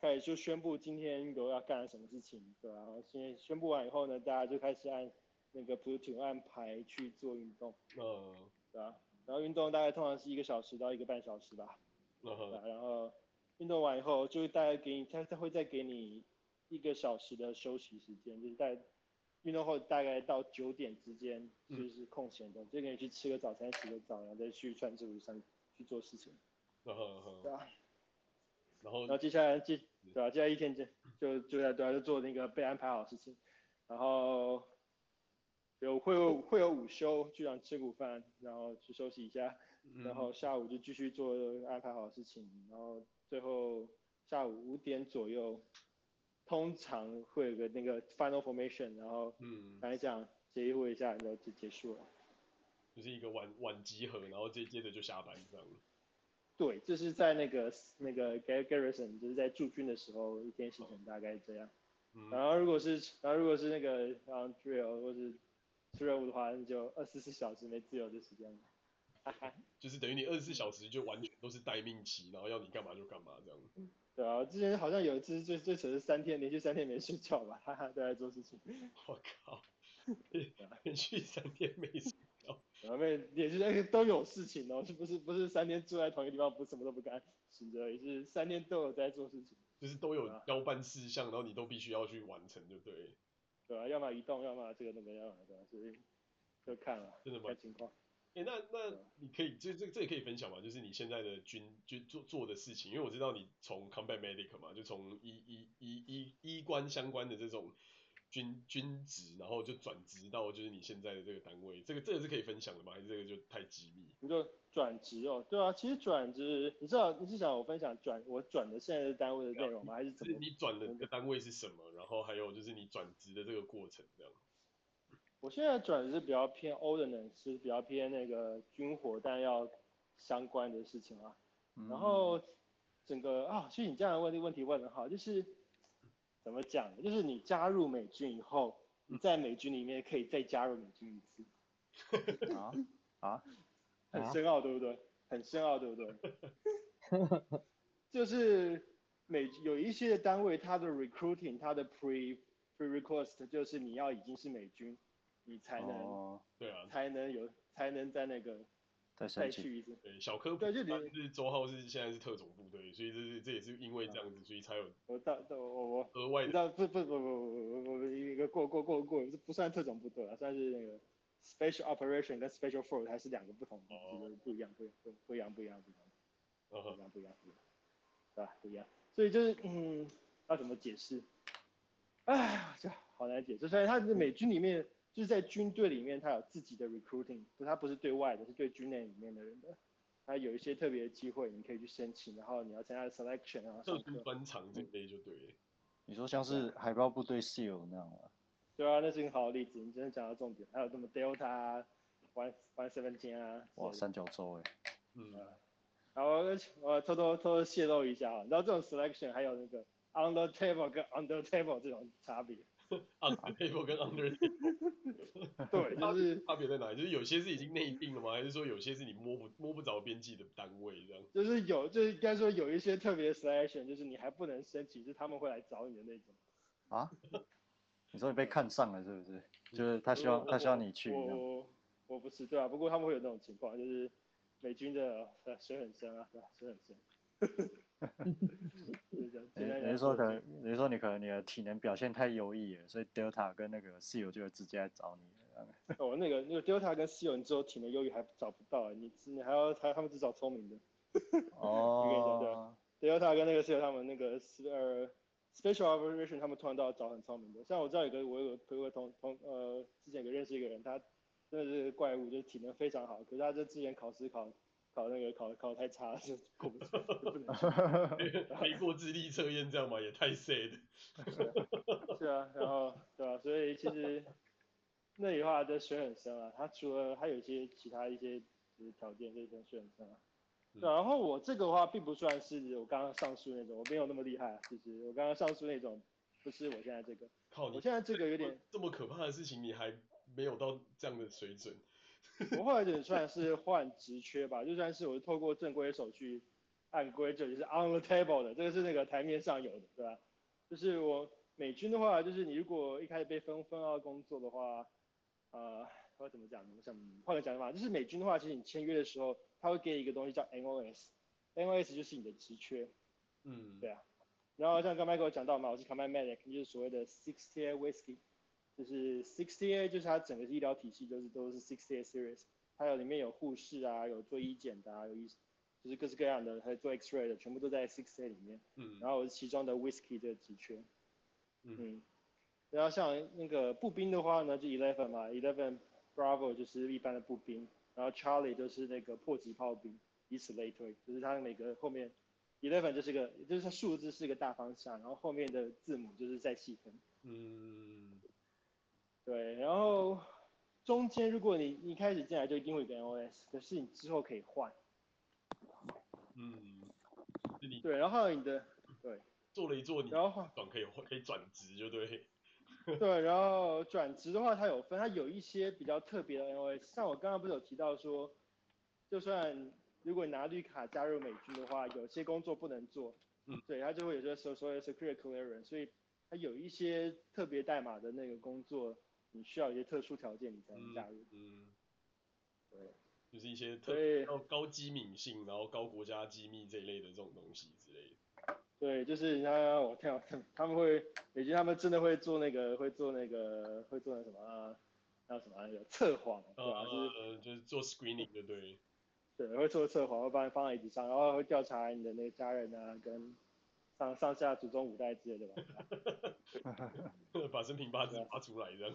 [SPEAKER 4] 开始就宣布今天有要干什么事情，对吧、然后先宣布完以后呢，大家就开始按那个 platoon 按排去做运动，
[SPEAKER 3] 嗯
[SPEAKER 4] 对吧、然后运动大概通常是一个小时到一个半小时吧，
[SPEAKER 3] 嗯
[SPEAKER 4] 对、啊
[SPEAKER 3] 哼
[SPEAKER 4] 吧？然后运动完以后就大概给你，他他会再给你一个小时的休息时间，就是在运动后大概到九点之间
[SPEAKER 3] 嗯
[SPEAKER 4] 就是空闲的，就给你去吃个早餐、洗个澡，然后再去穿制服上去做事情，
[SPEAKER 3] 嗯哼嗯哼
[SPEAKER 4] 对啊。
[SPEAKER 3] 然后
[SPEAKER 4] 然后接下来接对啊吧、接下来一天就就就在对啊，就做那个被安排好的事情，然后有会有会有午休，就想吃午饭，然后去休息一下。然后下午就继续做安排好的事情，然后最后下午五点左右，通常会有个那个 final formation，然后
[SPEAKER 3] 嗯，嗯
[SPEAKER 4] 讲一讲，结一会一下，然后就结束了。
[SPEAKER 3] 就是一个晚晚集合，然后接接着就下班这样。
[SPEAKER 4] 对，这是在那个那个 gar- garrison，就是在驻军的时候，一天行程大概这样。
[SPEAKER 3] 嗯，
[SPEAKER 4] 然后如果是然后如果是那个然后 drill 或是出任务的话，那就二十四小时没自由的时间了。 哈哈。
[SPEAKER 3] 就是等于你二十四小时就完全都是待命期，然后要你干嘛就干嘛这样。
[SPEAKER 4] 对啊，之前好像有一次最最扯是三天连续三天没睡觉吧， 哈哈，都在做事情。
[SPEAKER 3] 我靠，连续三天没睡，
[SPEAKER 4] 然后也是哎都有事情哦，是不是不是三天住在同一个地方，不是什么都不干，醒着也是三天都有在做事情，
[SPEAKER 3] 就是都有
[SPEAKER 4] 对啊
[SPEAKER 3] 交办事项，然后你都必须要去完成，就对了，
[SPEAKER 4] 对啊吧、要么移动，要么这个那个，要么对吧、所以就看了
[SPEAKER 3] 真的吗
[SPEAKER 4] 看？情况。
[SPEAKER 3] 哎、那那你可以这这这也可以分享嘛？就是你现在的军军做做的事情，因为我知道你从 combat medic 嘛，就从医医医医医官相关的这种军军职，然后就转职到就是你现在的这个单位，这个这个是可以分享的吗？还是这个就太机密？
[SPEAKER 4] 你就转职哦，对啊，其实转职，你知道你是想我分享转我转的现在的单位的内容吗？还是
[SPEAKER 3] 就
[SPEAKER 4] 怎
[SPEAKER 3] 是
[SPEAKER 4] 么？
[SPEAKER 3] 你转的这个单位是什么，然后还有就是你转职的这个过程，这样。
[SPEAKER 4] 我现在转的是比较偏 o r d i n a n c 是比较偏那个军火弹药相关的事情啊。
[SPEAKER 2] 嗯
[SPEAKER 3] 嗯
[SPEAKER 4] 然后整个啊，其实你这样的问题问题问的好，就是怎么讲？就是你加入美军以后，你在美军里面可以再加入美军一次，
[SPEAKER 2] 啊啊，
[SPEAKER 4] 很
[SPEAKER 5] 啊
[SPEAKER 4] 深奥，对不对？很深奥，对不对？ 就是美有一些单位，它的 recruiting，它的 pre pre request 就是你要已经是美军，你才能、
[SPEAKER 2] 哦，
[SPEAKER 3] 对啊，
[SPEAKER 4] 才能有才能在那个
[SPEAKER 2] 再
[SPEAKER 4] 再
[SPEAKER 2] 申请，
[SPEAKER 4] 去一次。
[SPEAKER 3] 对，小科普，
[SPEAKER 4] 对就你
[SPEAKER 3] 但是周浩是现在是特种部队，所以这是这也是因为这样子，所以才有
[SPEAKER 4] 我到到我我
[SPEAKER 3] 额外
[SPEAKER 4] 你知
[SPEAKER 3] 的。
[SPEAKER 4] 道不不不不不不不一个过过过过不算特种部队了，算是那个 special operation 跟 special force 还是两个不同，不一样不一样不一样不一样不一样
[SPEAKER 3] 嗯
[SPEAKER 4] 不一
[SPEAKER 3] 哼
[SPEAKER 4] 样不一样不一样，对吧？不一样，所以就是嗯，要怎么解释？哎，这好难解释。所以它的美军里面就是在军队里面，它有自己的 recruiting，不，它不是对外的，是对军内里面的人的。它有一些特别的机会，你可以去申请，然后你要参加 selection，然后
[SPEAKER 3] 特
[SPEAKER 4] 上
[SPEAKER 3] 殊
[SPEAKER 4] 课。
[SPEAKER 3] 专长这一类就对了。
[SPEAKER 2] 你说像是海豹部队 SEAL 那样吗？
[SPEAKER 4] 对啊，那是一个好的例子，你真的讲到重点。还有什么 Delta 啊，One One Seventeen 啊，
[SPEAKER 2] 哇，
[SPEAKER 4] 之类的
[SPEAKER 2] 三角洲哎、
[SPEAKER 3] 嗯，
[SPEAKER 4] 啊然后而且我偷偷偷偷泄露一下啊，你知道这种 selection 还有那个 under table 跟 under table 这种差别，
[SPEAKER 3] under table 啊跟 under table
[SPEAKER 4] 对，就是
[SPEAKER 3] 差别在哪里？就是有些是已经内定了吗？还是说有些是你摸不摸不着边际的单位这样？
[SPEAKER 4] 就是有就是应该说有一些特别的 selection，就是你还不能申请，就是他们会来找你的那种。
[SPEAKER 2] 啊？你说你被看上了是不是？就是他希望他希望你去
[SPEAKER 4] 我
[SPEAKER 2] 这样，
[SPEAKER 4] 我我不是对啊，不过他们会有那种情况，就是美军的呃水很深啊，对吧？水很深。
[SPEAKER 2] 你
[SPEAKER 4] 就是这样简单
[SPEAKER 2] 你
[SPEAKER 4] 来
[SPEAKER 2] 是说
[SPEAKER 4] 就
[SPEAKER 2] 可能你是说你可能你的体能表现太优异了，所以 Delta 跟那个 SEAL 就会直接来找你了这样。
[SPEAKER 4] 哦，那个那个 Delta 跟稀有，你只有体能优异还找不到，啊你你还要他他们只找聪明的。
[SPEAKER 2] 哦，
[SPEAKER 4] Delta 跟那个稀有他们那个是呃 Special Operation 他们突然都要找很聪明的。像我知道有个我有个有个同同呃之前有个认识一个人，他真的是个怪物，就是体能非常好，可是他这之前考试考考那个考考得太差了，就过不去，就不能去。
[SPEAKER 2] 哦
[SPEAKER 3] 没过智力测验这样吗？也太 sad。
[SPEAKER 4] 是啊，然后对啊，所以其实那里的话的水很深啊，它除了还有一些其他一些就是条件，就是跟水很深啊。对啊然后我这个的话，并不算是我刚刚上述那种，我没有那么厉害啊。其实我刚刚上述那种，不是我现在这个，
[SPEAKER 3] 靠你
[SPEAKER 4] 我现在这个有点，
[SPEAKER 3] 这么可怕的事情，你还没有到这样的水准。
[SPEAKER 4] 我后来有点算是换职缺吧，就算是我透过正规手续，按规则就是 on the table 的，这个是那个台面上有的，对吧？就是我美军的话，就是你如果一开始被分分到工作的话，呃，我怎么讲呢？我想换个讲法，就是美军的话，其实你签约的时候，他会给你一个东西叫 NOS，NOS 就是你的职缺，
[SPEAKER 3] 嗯，
[SPEAKER 4] 对啊。然后像刚才给我讲到嘛，我是 Command Medic，就是所谓的 Sixty A Whisky，就是 Sixty A 就是它整个医疗体系就是都是 Sixty A Series，还有里面有护士啊，有做医检的啊，有医就是各式各样的，还有做 X-ray 的，全部都在 Sixty A 里面。
[SPEAKER 3] 嗯
[SPEAKER 4] 然后我是其中的 Whisky 这个职缺，
[SPEAKER 3] 嗯
[SPEAKER 4] 嗯，然后像那个步兵的话呢，就 Eleven 嘛，Eleven Bravo 就是一般的步兵，然后 Charlie 就是那个迫击炮兵，以此类推，就是它每个后面 Eleven 就是个，就是它数字是一个大方向，然后后面的字母就是在细分，
[SPEAKER 3] 嗯
[SPEAKER 4] 对，然后中间如果你一开始进来就一定会有个 NOS，可是你之后可以换，
[SPEAKER 3] 嗯，是你
[SPEAKER 4] 对，然后还有你的，
[SPEAKER 3] 做了一做，你
[SPEAKER 4] 然后换。
[SPEAKER 3] 转可以可以转职就对。
[SPEAKER 4] 对，然后转职的话，它有分，它有一些比较特别的 NOS，像我刚刚不是有提到说，就算如果拿绿卡加入美军的话，有些工作不能做，
[SPEAKER 3] 嗯，
[SPEAKER 4] 对，它就会有些所所谓的 security clearance，所以它有一些特别代码的那个工作，你需要一些特殊条件你才能加入，
[SPEAKER 3] 嗯，
[SPEAKER 4] 对，
[SPEAKER 3] 就是一些特
[SPEAKER 4] 所以
[SPEAKER 3] 要高机敏性，然后高国家机密这一类的这种东西之类的。
[SPEAKER 4] 对，就是他我天啊，他们会美军他们真的会做那个会做那个会做那什么啊，叫什么啊那个测谎，对吧、就是
[SPEAKER 3] 呃，就是做 screening 就对。
[SPEAKER 4] 对，会做测谎，会帮你放在椅子上，然后会调查你的那个家人啊，跟上上下祖宗五代之类的吧。
[SPEAKER 3] 把生平
[SPEAKER 4] 啊
[SPEAKER 3] 八字拔出来这样。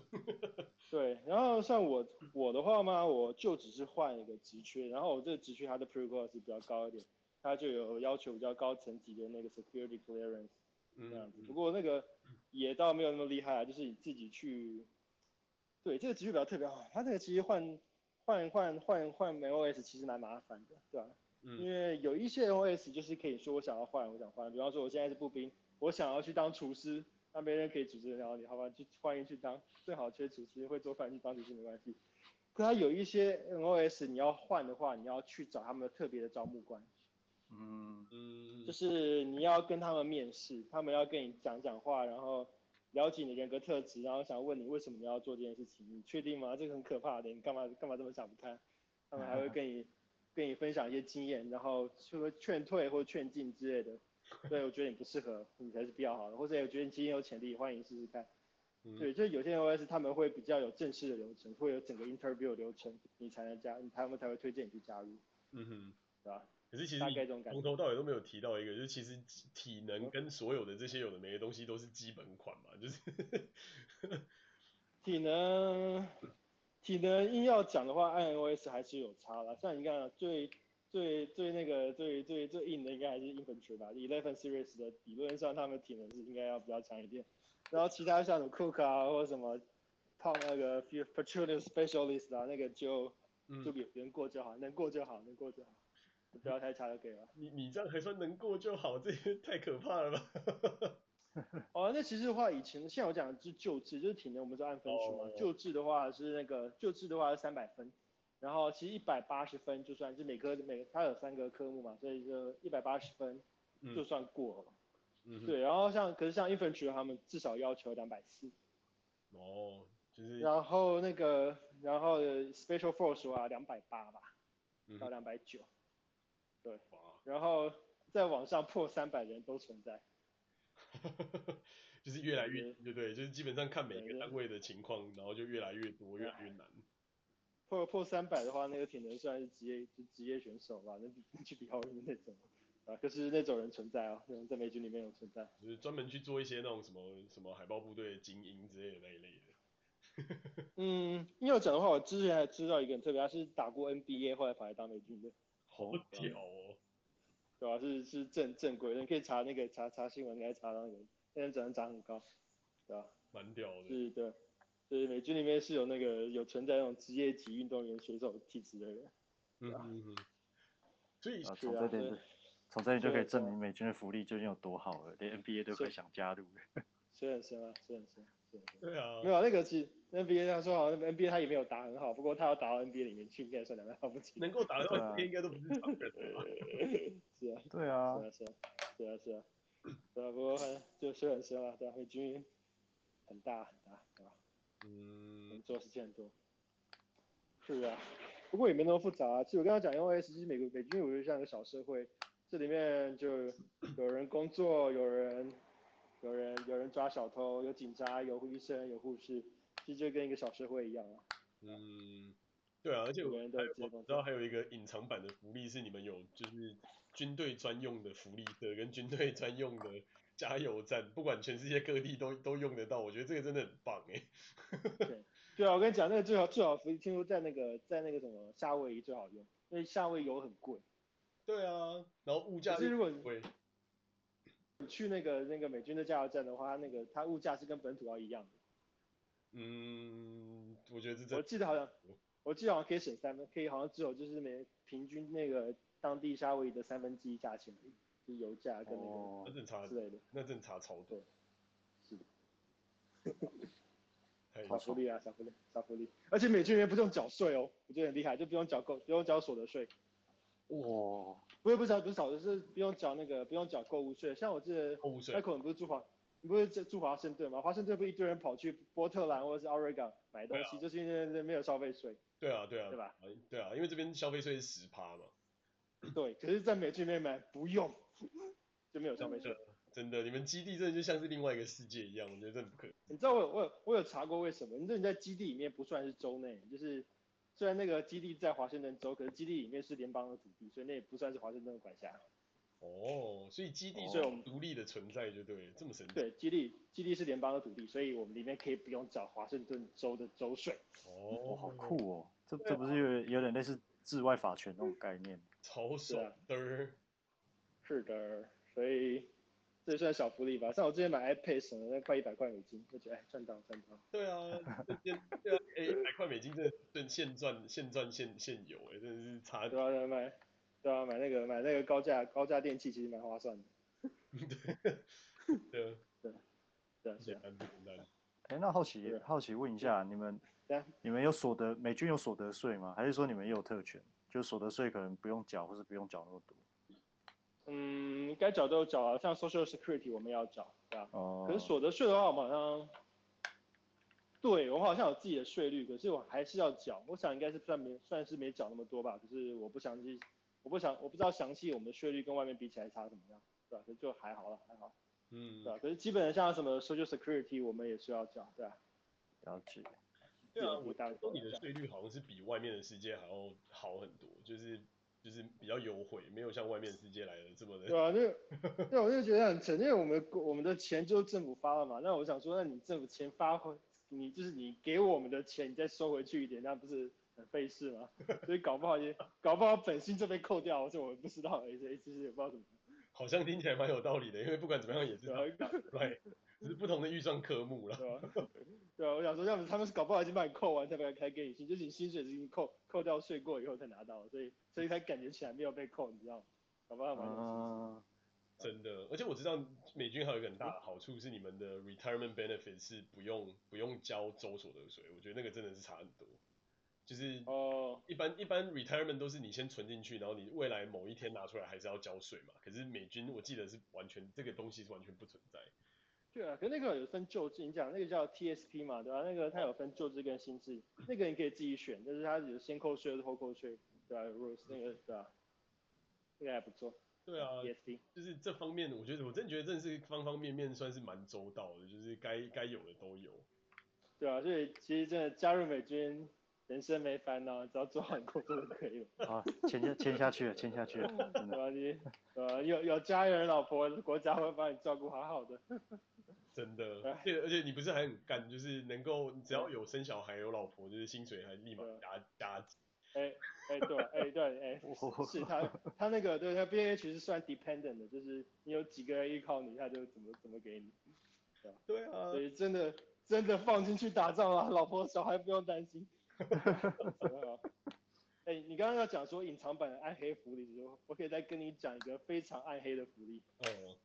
[SPEAKER 4] 对，然后像我我的话嘛，我就只是换一个职缺，然后我这个职缺它的 pre q u a l 是比较高一点，它就有要求比较高层级的那个 security clearance 这样
[SPEAKER 3] 嗯
[SPEAKER 4] 啊子。不过那个也倒没有那么厉害啊，就是你自己去。对，这个职缺比较特别好，它这个其实换换换换换 MOS 其实蛮麻烦的，对吧、因
[SPEAKER 3] 嗯
[SPEAKER 4] 为有一些 NOS 就是可以说我想要换，我想换，比方说我现在是步兵，我想要去当厨师，那没人可以主持人聊你，好吧，就欢迎去当，正好缺主持人会做饭去当主持人没关系。可他有一些 NOS 你要换的话，你要去找他们的特别的招募官，
[SPEAKER 2] 嗯，
[SPEAKER 3] 嗯
[SPEAKER 4] 就，是你要跟他们面试，他们要跟你讲讲话，然后了解你人格特质，然后想问你为什么你要做这件事情，你确定吗？这个很可怕的，你干嘛干嘛这么想不开？他们还会跟你跟你分享一些经验，然后说劝退或劝进之类的。对，我觉得你不适合，你还是比较好的，或者我觉得你今天有潜力，欢迎试试看。
[SPEAKER 3] 嗯
[SPEAKER 4] 对，就是有些 OS 他们会比较有正式的流程，会有整个 interview 的流程，你才能加，你他们才会推荐你去加入，
[SPEAKER 3] 嗯哼，
[SPEAKER 4] 对吧？
[SPEAKER 3] 可是其实
[SPEAKER 4] 大
[SPEAKER 3] 你
[SPEAKER 4] 概这种感
[SPEAKER 3] 从
[SPEAKER 4] 觉。
[SPEAKER 3] 头到尾都没有提到一个，就是其实体体能跟所有的这些有的没的东西都是基本款嘛，就是
[SPEAKER 4] 体能，体能硬要讲的话，INOS 还是有差啦。像你看啊最最最那个最最最硬的应该还是 infantry 吧，eleven series 的理论上他们体能是应该要比较强一点。然后其他像什么 cook 啊，或者什么胖那个 petroleum specialist 啊，那个就
[SPEAKER 3] 嗯
[SPEAKER 4] 就比别人过就好，能过就好，能过就好，不要太差就可以了。
[SPEAKER 3] 你你这样还算能过就好，这也太可怕了吧？
[SPEAKER 4] 哦，那其实的话，以前像我讲的是旧制，就是体能我们是按分数嘛
[SPEAKER 3] 哦。
[SPEAKER 4] 旧制的话是那个旧制的话是三百分，然后其实一百八十分就算，就每科每它有三个科目嘛，所以就一百八十分
[SPEAKER 3] 嗯
[SPEAKER 4] 就算过了。
[SPEAKER 3] 嗯哼，
[SPEAKER 4] 对，然后像可是像 infantry 他们至少要求两百四，
[SPEAKER 3] 哦，就是
[SPEAKER 4] 然后那个然后呃 special force 的话两百八吧，
[SPEAKER 3] 嗯
[SPEAKER 4] 到两百九，
[SPEAKER 3] 哇，
[SPEAKER 4] 然后再往上破三百人都存在。
[SPEAKER 3] 就是越来越对对，就是基本上看每
[SPEAKER 4] 对
[SPEAKER 3] 个
[SPEAKER 4] 就
[SPEAKER 3] 单位的情况，然后就越来越多，越来越难。
[SPEAKER 4] 破破三百的话，那个体能算是职业就职业选手吧，那比 去比奥运那种啊，可是那种人存在啊，那种在美军里面有存在。
[SPEAKER 3] 就是专门去做一些那种什么什么海豹部队的精英之类的那一类的。
[SPEAKER 4] 嗯，硬要讲的话，我之前还知道一个很特别，他是打过 NBA，后来跑来当美军的，
[SPEAKER 3] 好屌哦！
[SPEAKER 4] 对吧、是是正正规的，你可以查那个查查新闻，应该查到那个人，那人长得长很高，对吧、
[SPEAKER 3] 蛮屌的。
[SPEAKER 4] 是的，就是美军里面是有那个有存在那种职业级运动员选手体质的人。
[SPEAKER 3] 嗯嗯嗯。所以
[SPEAKER 2] 啊，
[SPEAKER 4] 是
[SPEAKER 2] 从
[SPEAKER 4] 啊
[SPEAKER 2] 这点
[SPEAKER 4] 对
[SPEAKER 2] 就从这里就可以证
[SPEAKER 4] 对啊
[SPEAKER 2] 明美军的福利究竟有多好了，连 NBA 都
[SPEAKER 4] 是
[SPEAKER 2] 可以想加入了。
[SPEAKER 4] 虽然深啊，虽然深，虽然深。
[SPEAKER 3] 对啊
[SPEAKER 4] 没，有那个是 NBA，他说好像 NBA 他也没有打很好，不过他要打到 NBA 里面去，应该算两个了不起。
[SPEAKER 3] 能够打得到
[SPEAKER 2] 对啊
[SPEAKER 3] NBA 应该都不是常人了吧。
[SPEAKER 4] 是啊，
[SPEAKER 2] 对啊
[SPEAKER 4] 是啊，是啊，是啊，是啊，对啊，不过反正就虽然深啊，对啊，美军很大很大，对吧？能
[SPEAKER 3] 嗯，
[SPEAKER 4] 做的事情很多。是啊，不过也没那么复杂、啊。其实我刚刚讲 NOS，其实美国美军我觉得像一个小社会，这里面就有人工作，有人有人有人抓小偷，有警察，有医生，有护士，其实就跟一个小社会一样啊。
[SPEAKER 3] 嗯，对啊，而且
[SPEAKER 4] 每
[SPEAKER 3] 我
[SPEAKER 4] 个人都
[SPEAKER 3] 还
[SPEAKER 4] 有自己
[SPEAKER 3] 有
[SPEAKER 4] 的
[SPEAKER 3] 我
[SPEAKER 4] 工
[SPEAKER 3] 知道
[SPEAKER 4] 作。
[SPEAKER 3] 还有一个隐藏版的福利是你们有就是军队专用的福利社跟军队专用的加油站，不管全世界各地都都用得到，我觉得这个真的很棒哎。
[SPEAKER 4] 对啊，我跟你讲，那个最好最好福利，听说在那个在那个什么夏威夷最好用，因为夏威夷油很贵。
[SPEAKER 3] 对啊，然后物价
[SPEAKER 4] 可是
[SPEAKER 3] 又
[SPEAKER 4] 如果你
[SPEAKER 3] 贵，
[SPEAKER 4] 你去那个那个美军的加油站的话，它那个它物价是跟本土要一样的。
[SPEAKER 3] 嗯，我觉得这真
[SPEAKER 4] 我
[SPEAKER 3] 的
[SPEAKER 4] 记得好像我记得好像可以省三分，可以好像只有就是每平均那个当地夏威夷的三分之一价钱而已，就是油价跟那
[SPEAKER 3] 那
[SPEAKER 2] 哦，
[SPEAKER 3] 真的差
[SPEAKER 4] 个之类的。
[SPEAKER 3] 那真的差超多。
[SPEAKER 4] 是的
[SPEAKER 3] 太
[SPEAKER 4] 小福利啊，小福利，小福利。而且美军人不用缴税哦，我觉得很厉害，就不用缴购，不用缴所得税。
[SPEAKER 2] 哇，
[SPEAKER 4] 不是不是不是少，就是不用缴那个不用缴购物税。像我记得
[SPEAKER 3] 购物税
[SPEAKER 4] 那可能不是住华，你不是住华盛顿吗？华盛顿不是一堆人跑去波特兰或者是 Oregon 买东西，就是因为那边没有消费税，
[SPEAKER 3] 对啊，对啊，
[SPEAKER 4] 对吧？
[SPEAKER 3] 对啊，因为这边消费税是十趴嘛，
[SPEAKER 4] 对。可是，在美军那边买不用， 就没有消费税。
[SPEAKER 3] 真的，你们基地真的就像是另外一个世界一样，我觉得真的不可。
[SPEAKER 4] 你知道我有我有我有查过为什么？你说你在基地里面不算是州内，就是虽然那个基地在华盛顿州，可是基地里面是联邦的土地，所以那也不算是华盛顿的管辖。
[SPEAKER 3] 哦，所以基地
[SPEAKER 4] 哦
[SPEAKER 3] 是有独立的存在，就对了，这么神奇。
[SPEAKER 4] 对，基地基地是联邦的土地，所以我们里面可以不用缴华盛顿州的州税。
[SPEAKER 2] 哇，
[SPEAKER 3] 哦，
[SPEAKER 2] 好，酷哦！这
[SPEAKER 4] 对啊
[SPEAKER 2] 这不是有点有点类似治外法权那种概念？
[SPEAKER 4] 啊
[SPEAKER 3] 超爽的儿。
[SPEAKER 4] 是的，所以这也算小福利吧。像我之前买 iPad 省了那快一百块美金，就觉得哎赚到赚到。
[SPEAKER 3] 对啊，这边对啊，哎，一百块美金真的真现赚现赚现现有，哎，真的是差
[SPEAKER 4] 对啊，买对啊，买那个买那个高价高价电器其实蛮划算的。
[SPEAKER 3] 对，
[SPEAKER 4] 对啊是
[SPEAKER 3] 简
[SPEAKER 4] 啊，
[SPEAKER 3] 单不简单？
[SPEAKER 2] 哎，那好奇
[SPEAKER 4] 对
[SPEAKER 2] 好奇问一下，你们
[SPEAKER 4] 对啊
[SPEAKER 2] 你们有所得美军有所得税吗？还是说你们也有特权？就所得税可能不用缴，或是不用缴那么多？
[SPEAKER 4] 嗯，该缴都有缴啊，像 Social Security 我们也要缴，对吧、
[SPEAKER 2] 哦，
[SPEAKER 4] 可是所得税的话，我们好像，对我们好像有自己的税率，可是我还是要缴。我想应该是算没算是没缴那么多吧，可是我不详细，我不想我不知道详细我们的税率跟外面比起来差怎么样，对吧、可是就还好了，还好，
[SPEAKER 3] 嗯
[SPEAKER 4] 对，啊吧、可是基本上像什么 Social Security 我们也是要缴，对吧、
[SPEAKER 2] 了解，
[SPEAKER 3] 对啊，
[SPEAKER 4] 也不
[SPEAKER 3] 我
[SPEAKER 4] 大会
[SPEAKER 3] 说你的
[SPEAKER 4] 这样
[SPEAKER 3] 税率好像是比外面的世界还要好很多，就是就是比较优惠，没有像外面世界来的这么
[SPEAKER 4] 对
[SPEAKER 3] 的。
[SPEAKER 4] 啊， 那对，我就觉得很沉，因为我们国我们的钱就是政府发了嘛。那我想说，那你政府钱发回，你就是你给我们的钱，你再收回去一点，那不是很费事吗？所以搞不好也搞不好本薪就被扣掉，而且我们不知道，哎而且其实也不知道怎么。
[SPEAKER 3] 好像听起来蛮有道理的，因为不管怎么样也是
[SPEAKER 4] 对啊，
[SPEAKER 3] 对，只是不同的预算科目啦。
[SPEAKER 4] 对啊， 对啊，我想说，要不他们是搞不好已经把你扣完才把它开给你薪，就是你薪水已经扣扣掉税过以后才拿到，所以所以才感觉起来没有被扣，你知道吗？搞不好蛮有心思。
[SPEAKER 2] 嗯，
[SPEAKER 3] 真的，而且我知道美军还有一个很大的好处是，你们的 retirement benefit 是不用不用交州所得税，我觉得那个真的是差很多。就是
[SPEAKER 4] 哦，
[SPEAKER 3] 一般一般 retirement 都是你先存进去，然后你未来某一天拿出来还是要交税嘛。可是美军我记得是完全这个东西是完全不存在。
[SPEAKER 4] 对啊，可是那个有分旧制，你讲那个叫 TSP 嘛，对吧、那个它有分旧制跟新制，那个你可以自己选，但是它有先扣税还是后扣税，对吧、如果是那个对吧、那个还不错
[SPEAKER 3] 对啊，
[SPEAKER 4] ，TSP。
[SPEAKER 3] 就是这方面，我觉得我真的觉得真的是方方面面算是蛮周到的，就是该该有的都有。
[SPEAKER 4] 对啊，所以其实真的加入美军，人生没烦恼，只要做好工作就可以了，
[SPEAKER 2] 好，啊签下签下去了，签下去 了，真的
[SPEAKER 4] 对吧、你对吧、有有家人、老婆，国家会帮你照顾好好的。
[SPEAKER 3] 真的，
[SPEAKER 4] 哎嗯
[SPEAKER 3] 而且而且你不是还很干，就是能够只要有生小孩有老婆，就是薪水还立马
[SPEAKER 4] 对啊
[SPEAKER 3] 加加。
[SPEAKER 4] 哎哎，对啊，哎对，哎
[SPEAKER 2] 哦
[SPEAKER 4] 是他他那个对他 B H 是算 dependent 的，就是你有几个人依靠你，他就怎么怎么给你。
[SPEAKER 3] 对啊，
[SPEAKER 4] 对，真的真的放进去打仗了，老婆小孩不用担心。 哎、你刚刚要讲说隐藏版的暗黑福利的时候，我可以再跟你讲一个非常暗黑的福利。
[SPEAKER 3] 哦，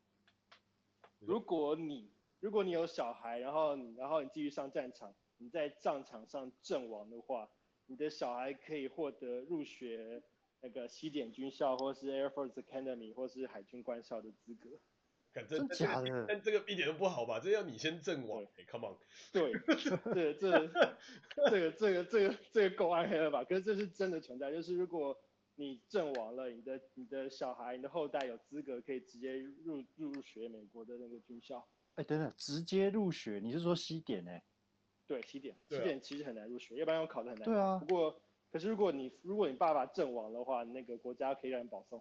[SPEAKER 4] 如果你如果你有小孩，然后你然后你继续上战场，你在战场上阵亡的话，你的小孩可以获得入学那个西点军校，或是 Air Force Academy，或是海军官校的资格。
[SPEAKER 3] 干这
[SPEAKER 2] 真
[SPEAKER 3] 这
[SPEAKER 2] 假
[SPEAKER 3] 个
[SPEAKER 2] 的？
[SPEAKER 3] 但这个一点都不好吧？这要你先阵亡，哎，come on，
[SPEAKER 4] 对，对，这个这个这个这个这个够暗黑了吧？可是这是真的存在，就是如果你阵亡了，你的你的小孩、你的后代有资格可以直接入入学美国的那个军校。
[SPEAKER 2] 哎，等等，直接入学？你是说西点哎、
[SPEAKER 4] 对，起点
[SPEAKER 3] 对
[SPEAKER 4] 起
[SPEAKER 3] 啊
[SPEAKER 4] 点其实很难入学，要不然我考的很难。
[SPEAKER 2] 对啊
[SPEAKER 4] 不，过，可是如果你如果你爸爸阵亡的话，那个国家可以让你保送。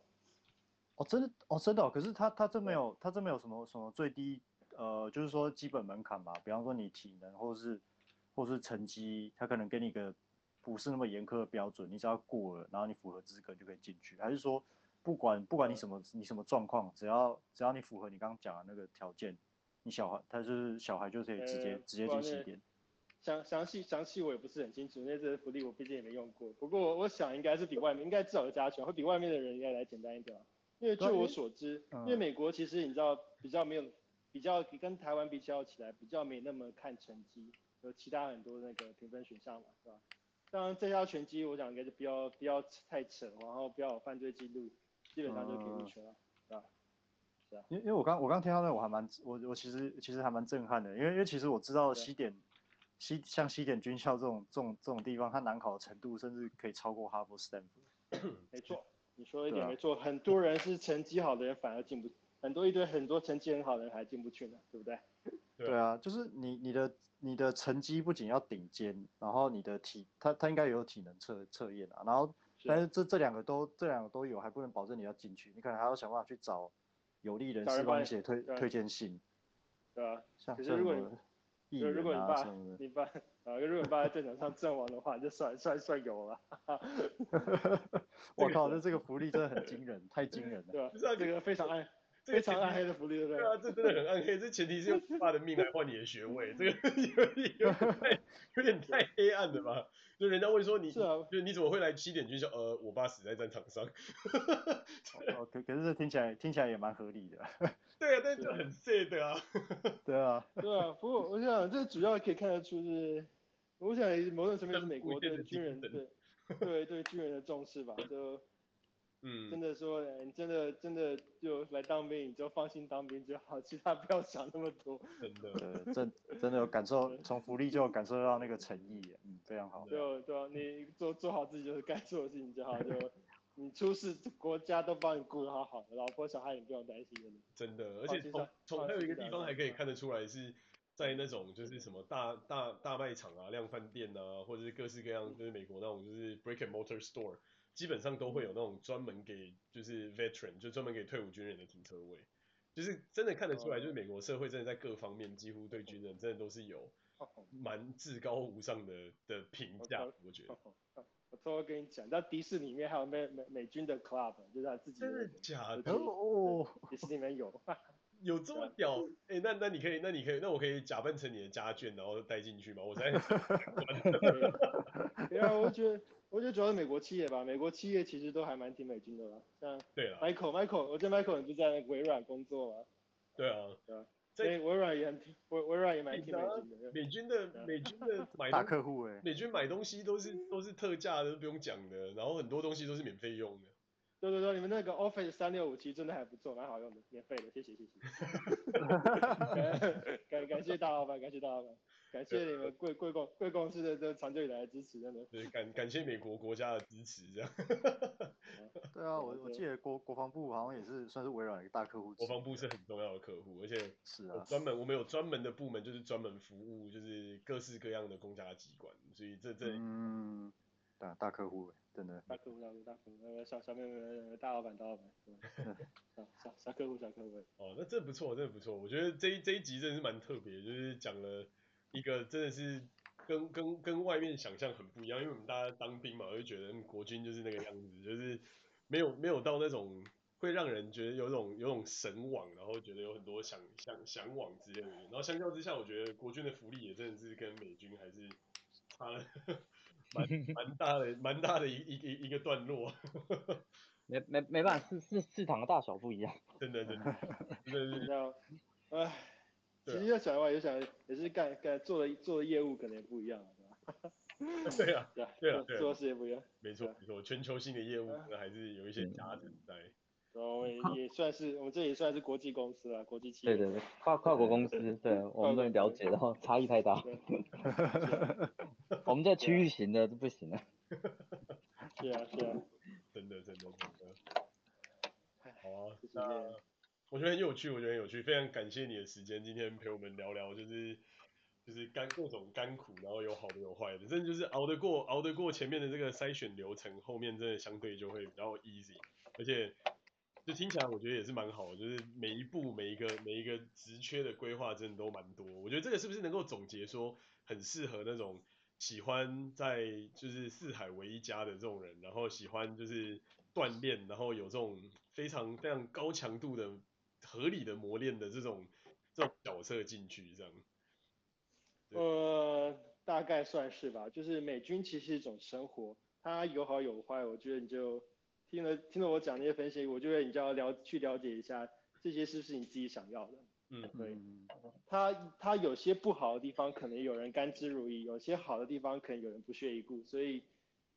[SPEAKER 2] 哦，真的哦，真的哦、可是他他真没
[SPEAKER 4] 对
[SPEAKER 2] 有，他真没有什么什么最低，呃，就是说基本门槛吧。比方说你体能，或是或是成绩，他可能给你个不是那么严苛的标准，你只要过了，然后你符合资格就可以进去。还是说不管不管你什么你什么状况，只要只要你符合你刚刚讲的那个条件，你小孩他就是小孩就可以直接、
[SPEAKER 4] 呃
[SPEAKER 2] 直接进
[SPEAKER 4] 不然
[SPEAKER 2] 西
[SPEAKER 4] 那
[SPEAKER 2] 点。
[SPEAKER 4] 详详细详细我也不是很清楚，因为这个福利我毕竟也没用过。不过我我想应该是比外面，应该至少有加权，会比外面的人应该来简单一点、啊。因为据
[SPEAKER 2] 对啊因
[SPEAKER 4] 我
[SPEAKER 2] 为
[SPEAKER 4] 所知，
[SPEAKER 2] 嗯
[SPEAKER 4] 因为美国其实你知道比较没有，比较跟台湾比较起来，比较没那么看成绩，有其他很多那个评分选项嘛，是吧？当然，这要拳击，我想应该就不要不要太扯，然后不要有犯罪记录，基本上就可以入
[SPEAKER 2] 嗯
[SPEAKER 4] 学了。
[SPEAKER 2] 因为因为我刚我刚听到那个我还蛮我我其实其实还蛮震撼的，因为因为其实我知道
[SPEAKER 4] 对
[SPEAKER 2] 西点西像西点军校这种这种这种地方，它难考的程度甚至可以超过哈佛、斯坦福。
[SPEAKER 4] 没错，你说的一
[SPEAKER 2] 对
[SPEAKER 4] 点
[SPEAKER 2] 啊
[SPEAKER 4] 没错，很多人是成绩好的人反而进不，很多一堆很多成绩很好的人还进不去呢，对不对？
[SPEAKER 3] 对
[SPEAKER 2] 对啊，就是你你的你的成绩不仅要顶尖，然后你的体它它应该也有体能测测验啊，然后
[SPEAKER 4] 是
[SPEAKER 2] 但是这这两个都这两个都有，还不能保证你要进去，你可能还要想办法去找有利人
[SPEAKER 4] 找
[SPEAKER 2] 士
[SPEAKER 4] 人
[SPEAKER 2] 帮
[SPEAKER 4] 帮
[SPEAKER 2] 你
[SPEAKER 4] 你
[SPEAKER 2] 写推
[SPEAKER 4] 对啊
[SPEAKER 2] 推荐信，
[SPEAKER 4] 对吧？
[SPEAKER 2] 像
[SPEAKER 4] 可是
[SPEAKER 2] 像什
[SPEAKER 4] 如果你
[SPEAKER 2] 么议
[SPEAKER 4] 就
[SPEAKER 2] 员
[SPEAKER 4] 如果你
[SPEAKER 2] 啊
[SPEAKER 4] 爸
[SPEAKER 2] 什 么的。
[SPEAKER 4] 你爸啊，如果你爸在战场上阵亡的话，就算算算有了，
[SPEAKER 2] 我
[SPEAKER 3] 个
[SPEAKER 2] 靠，那这个福利真的很惊人，太惊人了。
[SPEAKER 4] 对吧
[SPEAKER 3] 不是啊？
[SPEAKER 4] 这个非常暗，
[SPEAKER 3] 这
[SPEAKER 4] 非
[SPEAKER 3] 个前
[SPEAKER 4] 常暗
[SPEAKER 3] 提
[SPEAKER 4] 黑的福利，对不
[SPEAKER 3] 对
[SPEAKER 4] 对？
[SPEAKER 3] 啊，这真的很暗黑。这前提是用爸的命来换你的学 位，这个有点有点太有点太黑暗了吧？就人家问说你，
[SPEAKER 4] 是啊
[SPEAKER 3] 就你怎么会来七点军校？呃，我爸死在战场上。
[SPEAKER 2] 哦，可可是这听起来听起来也蛮合理的，
[SPEAKER 3] 对啊，但是就很 sad 啊。
[SPEAKER 2] 对啊，
[SPEAKER 4] 对啊，不过我想这主要可以看得出是，我想某种层面是美国对军人对对对军人的重视吧，就真
[SPEAKER 3] 嗯，
[SPEAKER 4] 的说，哎你真的真的就来当兵，你就放心当兵就好，其他不要想那么多。
[SPEAKER 3] 真的。
[SPEAKER 2] 呃，真真的有感受，从福利就有感受到那个诚意，嗯，非常好。
[SPEAKER 4] 就对啊，你做做好自己就是该做的事情就 好，就你出事国家都帮你顾得好好的，老婆小孩也不用担心的。
[SPEAKER 3] 真的，而
[SPEAKER 4] 放
[SPEAKER 3] 且
[SPEAKER 4] 心
[SPEAKER 3] 从
[SPEAKER 4] 上
[SPEAKER 3] 从
[SPEAKER 4] 放
[SPEAKER 3] 还有一
[SPEAKER 4] 心
[SPEAKER 3] 个
[SPEAKER 4] 上
[SPEAKER 3] 地方还可以
[SPEAKER 4] 嗯
[SPEAKER 3] 看得出来是在那种就是什么大大大卖场啊、量贩店啊，或者是各式各样就是美国那种就是 brick and mortar store，基本上都会有那种专门给就是 veteran，就专门给退伍军人的停车位，就是真的看得出来，就是美国社会真的在各方面几乎对军人真的都是有蛮至高无上的的评价，我觉得。
[SPEAKER 4] 我偷偷跟你讲，到迪士尼里面还有美美美军的 club，就是他自己的
[SPEAKER 3] 真的假的？
[SPEAKER 2] 哦，
[SPEAKER 4] 迪士尼里面有。
[SPEAKER 3] 有这么屌？哎、那那你可以，那你可以，那我可以假扮成你的家眷，然后带进去吗？我在
[SPEAKER 4] 对啊，我觉得我觉得主要是美国企业吧，美国企业其实都还蛮挺美军的啦。像
[SPEAKER 3] 对了，
[SPEAKER 4] Michael Michael，我觉得 Michael 你不是在微软工作嘛，
[SPEAKER 3] 对啊，
[SPEAKER 4] 所以微软也很挺微微软也蛮挺美军的。
[SPEAKER 3] 美军的美
[SPEAKER 4] 对
[SPEAKER 3] 军的买
[SPEAKER 2] 大
[SPEAKER 3] 东，
[SPEAKER 2] 客户哎，
[SPEAKER 3] 美军买东西都是都是特价的，都不用讲的，然后很多东西都是免费用的。
[SPEAKER 4] 对对对，你们那个 Office 三六五其实真的还不错，蛮好用的，免费的，谢谢谢谢。感感谢大老板，感谢大老板，感谢你们贵贵公贵公司的这长久以来的支持，真的。
[SPEAKER 3] 对，感感谢美国国家的支持， 这样
[SPEAKER 2] 对啊，我我记得国国防部好像也是算是微软的一个大客户之
[SPEAKER 3] 国
[SPEAKER 2] 一，
[SPEAKER 3] 防部是很重要的客户，而且
[SPEAKER 2] 是
[SPEAKER 3] 我
[SPEAKER 2] 啊，
[SPEAKER 3] 专门我们有专门的部门，就是专门服务就是各式各样的公家机关，所以这这
[SPEAKER 2] 嗯，大大客户哎，真的，
[SPEAKER 4] 大客户，大客户，大客户，呃，小小妹妹，大老板，大老板，小小小客户，小客户，
[SPEAKER 3] 哦，那真不错，真的不错。我觉得这一这一集真的是蛮特别，就是讲了一个真的是跟跟跟外面想象很不一样，因为我们大家当兵嘛，我就觉得嗯国军就是那个样子，就是没有没有到那种会让人觉得有种有种神往，然后觉得有很多想想向往之类的。然后相较之下，我觉得国军的福利也真的是跟美军还是差了蛮蛮大的蛮大的一一一一个段落。
[SPEAKER 5] 没没没办法，市市市场的大小不一样。
[SPEAKER 3] 真的真的真的
[SPEAKER 4] 你
[SPEAKER 3] 是
[SPEAKER 4] 知道，唉，其
[SPEAKER 3] 对啊
[SPEAKER 4] 实要想的话，也想也是干干做的做的业务可能也不一样，对吧？
[SPEAKER 3] 对啊。
[SPEAKER 4] 对吧
[SPEAKER 3] 对啊
[SPEAKER 4] 做
[SPEAKER 3] 对啊
[SPEAKER 4] 做的事也不一样。
[SPEAKER 3] 没错
[SPEAKER 4] 对，
[SPEAKER 3] 没错，全球性的业务
[SPEAKER 4] 嗯
[SPEAKER 3] 可能还是有一些价值在。
[SPEAKER 4] 然后我们也算是我们这也算是国际公司了，国际企业。
[SPEAKER 5] 对对对，跨跨国公司，对我们都了解，然后差异太 大。
[SPEAKER 4] 对。
[SPEAKER 5] 我们这区域型的就不行了。
[SPEAKER 4] 是啊是啊，
[SPEAKER 3] 真的，真的，真的。好啊
[SPEAKER 4] 谢，谢
[SPEAKER 3] 那我觉得很有趣，我觉得很有趣，非常感谢你的时间，今天陪我们聊聊，就是就是甘各种甘苦，然后有好的有坏的，真的就是熬得过，熬得过前面的这个筛选流程，后面真的相对就会比较 easy，而且就听起来我觉得也是蛮好的，就是每一步每一个每一个职缺的规划真的都蛮多，我觉得这个是不是能够总结说很适合那种喜欢在就是四海为一家的这种人，然后喜欢就是锻炼，然后有这种非常非常高强度的合理的磨练的这种这种角色进去，这样对
[SPEAKER 4] 呃，大概算是吧。就是美军其实是一种生活，它有好有坏。我觉得你就听了听了我讲这些分析，我觉得你就要了去了解一下这些是不是你自己想要的。
[SPEAKER 3] 嗯
[SPEAKER 4] 对，
[SPEAKER 2] 嗯，
[SPEAKER 4] 它它有些不好的地方，可能有人甘之如饴；有些好的地方，可能有人不屑一顾。所以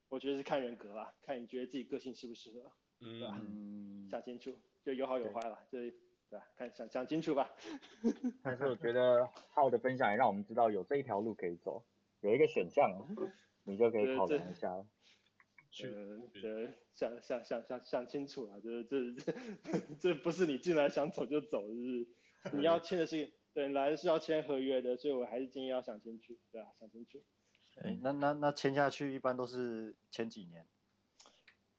[SPEAKER 4] 我觉得是看人格啦，看你觉得自己个性适不适合，啊
[SPEAKER 3] 嗯，
[SPEAKER 2] 嗯，
[SPEAKER 4] 想清楚，就有好有
[SPEAKER 2] 对
[SPEAKER 4] 坏啦，就是对吧？看想想清楚吧。
[SPEAKER 5] 但是我觉得浩的分享也让我们知道有这一条路可以走，有一个选项，啊你就可以
[SPEAKER 4] 对
[SPEAKER 5] 考
[SPEAKER 4] 这
[SPEAKER 5] 量一下了。
[SPEAKER 3] 嗯去
[SPEAKER 4] 呃，对，想想想想想清楚啊，这这 这这不是你进来想走就 走，就是你要签的是，对，来是要签合约的，所以我还是建议要想清楚，对啊，想清楚。
[SPEAKER 2] 哎，那那那签下去一般都是前几年，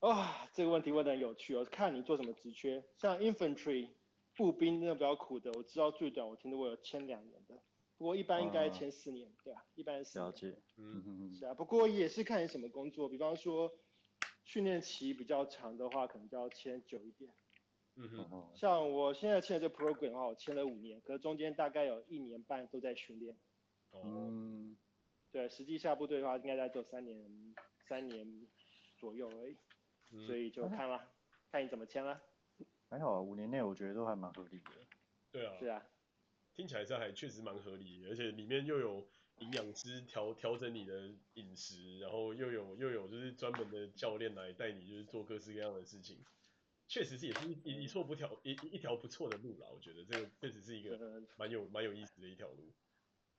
[SPEAKER 4] 啊、这个问题问的很有趣哦，看你做什么职缺，像 infantry 步兵那比较苦的，我知道最短我听到过有签两年的，不过一般应该
[SPEAKER 2] 啊
[SPEAKER 4] 签四年，对吧、一般是四
[SPEAKER 2] 了
[SPEAKER 4] 年。
[SPEAKER 2] 解，嗯
[SPEAKER 3] 嗯，
[SPEAKER 2] 嗯
[SPEAKER 4] 是啊，不过也是看你什么工作，比方说训练期比较长的话，可能就要签久一点。
[SPEAKER 3] 嗯哼，
[SPEAKER 2] 嗯
[SPEAKER 4] 像我现在签的这 program 啊的话，我签了五年，可是中间大概有一年半都在训练。
[SPEAKER 3] 哦，
[SPEAKER 2] 嗯，
[SPEAKER 4] 对，实际下部队的话，应该在做三年，三年左右而已，所
[SPEAKER 3] 嗯，
[SPEAKER 4] 以就看啦，看你怎么签啦。
[SPEAKER 2] 还好啊，五年内我觉得都还蛮合理的。
[SPEAKER 3] 对啊，
[SPEAKER 4] 是啊，
[SPEAKER 3] 听起来这还确实蛮合理的，而且里面又有营养师调调整你的饮食，然后又有又有就是专门的教练来带你就是做各式各样的事情，确实是也是一一一错不条一一一条不错的路啦，我觉得这个这只是一个
[SPEAKER 4] 呃，
[SPEAKER 3] 蛮有蛮有意思的一条路。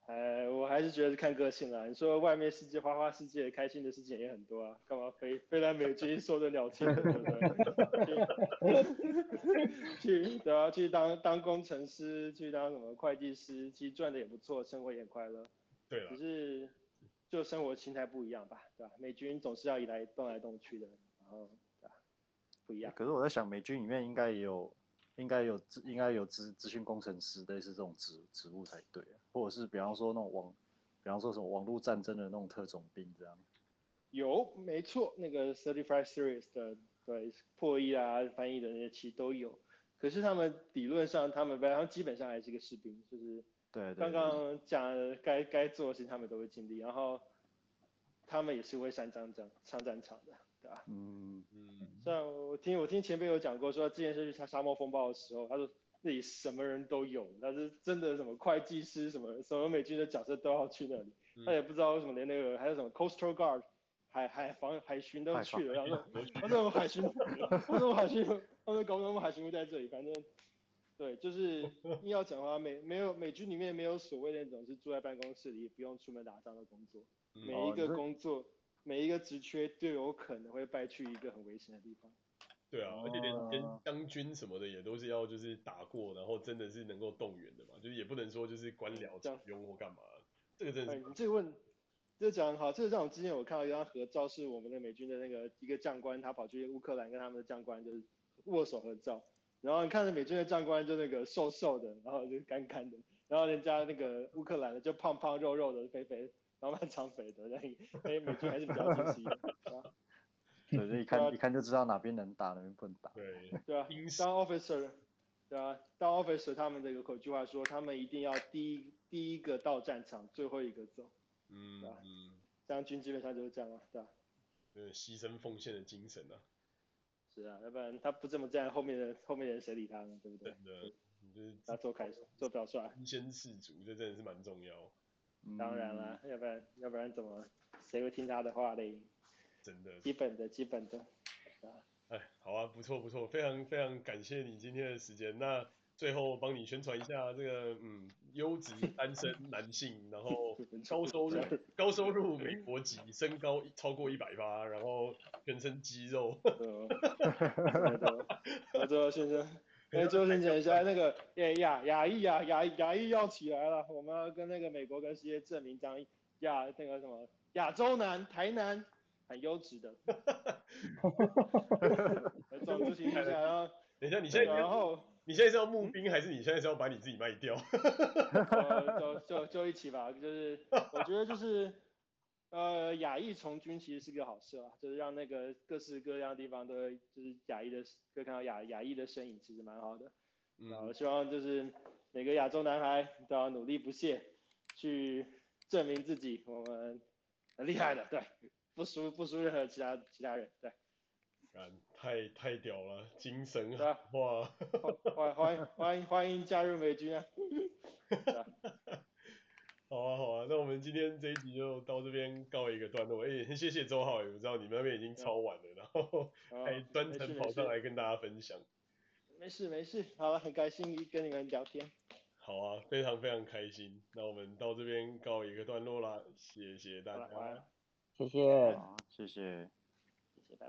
[SPEAKER 4] 哎，我还是觉得是看个性啦。你说外面世界花花世界，开心的事情也很多啊，干嘛非非来美军受得了气的，对不对？ 去对啊，去当当工程师，去当什么会计师，其实赚的也不错，生活也快乐。
[SPEAKER 3] 对啊啦
[SPEAKER 4] 只，是就生活心态不一样吧，对吧、美军总是要移来动来动去的，然后对吧、不一样。
[SPEAKER 2] 啊可是我在想，美军里面应该也有，应该有资，应该有资资讯工程师类似这种职职务才对啊，或者是比方说那种网，比方说什么网络战争的那种特种兵这样。
[SPEAKER 4] 有，没错，那个 Certified Series 的对破译啊、翻译的那些其实都有。可是他们理论上，他们他们基本上还是个士兵，就是
[SPEAKER 2] 对啊对对
[SPEAKER 4] 刚刚讲的该该做的事情他们都会尽力，然后他们也是会上战场、上战场的，对吧、
[SPEAKER 2] 嗯，
[SPEAKER 3] 嗯，
[SPEAKER 4] 像我听我听前辈有讲过，说他之前是去沙沙漠风暴的时候，他说那里什么人都有，他是真的什么会计师、什么什么美军的角色都要去那里，
[SPEAKER 2] 嗯
[SPEAKER 4] 他也不知道为什么连那个还有什么 Coastal Guard 海海防海巡都
[SPEAKER 2] 海
[SPEAKER 4] 去了，然后
[SPEAKER 3] 我觉
[SPEAKER 4] 他说我们海巡，他说我们海巡，他们搞不懂我们海巡会在这里，反正对，就是硬要讲的话，美没有美军里面没有所谓那种是住在办公室里不用出门打仗的工作，每一
[SPEAKER 2] 哦你
[SPEAKER 4] 个
[SPEAKER 2] 说
[SPEAKER 4] 工作。每一个职缺都有可能会败去一个很危险的地方。
[SPEAKER 3] 对啊，而且连连
[SPEAKER 2] 哦
[SPEAKER 3] 当军什么的也都是要就是打过，然后真的是能够动员的嘛，就是也不能说就是官僚
[SPEAKER 4] 嗯这样
[SPEAKER 3] 用或干嘛，这个真的
[SPEAKER 4] 哎，
[SPEAKER 3] 是
[SPEAKER 4] 你这个问，这个讲得好，这个让我之前我看到一张合照，是我们的美军的那个一个将官，他跑去乌克兰跟他们的将官就是握手合照，然后你看着美军的将官就那个瘦瘦的，然后就干干的，然后人家那个乌克兰的就胖胖肉肉的肥肥，然后蛮长肥的，那哎美军还是比较精细的，啊
[SPEAKER 2] 对，就一 看一看就知道哪边能打，哪边不能打。
[SPEAKER 3] 对，
[SPEAKER 4] 对啊，
[SPEAKER 3] 兵士
[SPEAKER 4] 当 officer，对啊，当 officer 他们的有口句话说，他们一定要第一第一个到战场，最后一个走，
[SPEAKER 3] 嗯
[SPEAKER 4] 对啊
[SPEAKER 3] 嗯，
[SPEAKER 4] 将军基本上就是这样啊，对吧、
[SPEAKER 3] 呃，牺牲奉献的精神啊，
[SPEAKER 4] 是啊，要不然他不这么站，后面的后面的人谁理他呢？对不对？
[SPEAKER 3] 真的，你就是
[SPEAKER 4] 他做凯做表率，
[SPEAKER 3] 身先士卒，这真的是蛮重要，
[SPEAKER 4] 当然啦，要不然要不然怎么谁会听他的话嘞？
[SPEAKER 3] 真的。
[SPEAKER 4] 基本的基本的，
[SPEAKER 3] 哎，好啊，不错不错，非常非常感谢你今天的时间。那最后帮你宣传一下这个嗯，优质单身男性，然 后高收入高收入美国籍，身高一超过一百八，然后全身肌肉。
[SPEAKER 4] 呃，我最后宣称，哎，最后宣讲一下那个，哎亚亚裔啊，亚裔亚裔要起来了，我们要跟那个美国跟世界证明，讲亚那个什么亚洲男、台南很优质的，种族形象，然后
[SPEAKER 3] 等一下，你现在
[SPEAKER 4] 然后。
[SPEAKER 3] 你现在是要募兵，还是你现在是要把你自己卖掉？
[SPEAKER 4] 呃，就就就一起吧，就是我觉得就是，呃，亚裔从军其实是个好事啦，就是让那个各式各样的地方都会就是亚裔的，可以看到亚亚裔的身影，其实蛮好的。
[SPEAKER 3] 嗯
[SPEAKER 4] 然后希望就是每个亚洲男孩都要努力不懈，去证明自己，我们很厉害的，对，不输不输任何其他其他人，对。
[SPEAKER 3] 干太太屌了，精神
[SPEAKER 4] 对啊
[SPEAKER 3] 喊话。
[SPEAKER 4] 欢欢欢欢迎欢迎加入美军啊！
[SPEAKER 3] 好啊，好啊，那我们今天这一集就到这边告一个段落。哎、谢谢周浩，我知道你们那边已经超晚了，然 后
[SPEAKER 4] 啊
[SPEAKER 3] 还哎 专
[SPEAKER 4] 没事
[SPEAKER 3] 程
[SPEAKER 4] 没
[SPEAKER 3] 跑上
[SPEAKER 4] 事
[SPEAKER 3] 来跟大家分享。
[SPEAKER 4] 没事没事，好了，很开心跟你们聊天。
[SPEAKER 3] 好啊，非常非常开心。那我们到这边告一个段落啦，谢谢大
[SPEAKER 4] 好了，
[SPEAKER 3] 家
[SPEAKER 4] 晚安。，
[SPEAKER 5] 谢谢。
[SPEAKER 2] 嗯好，谢谢。
[SPEAKER 4] 谢谢，拜拜。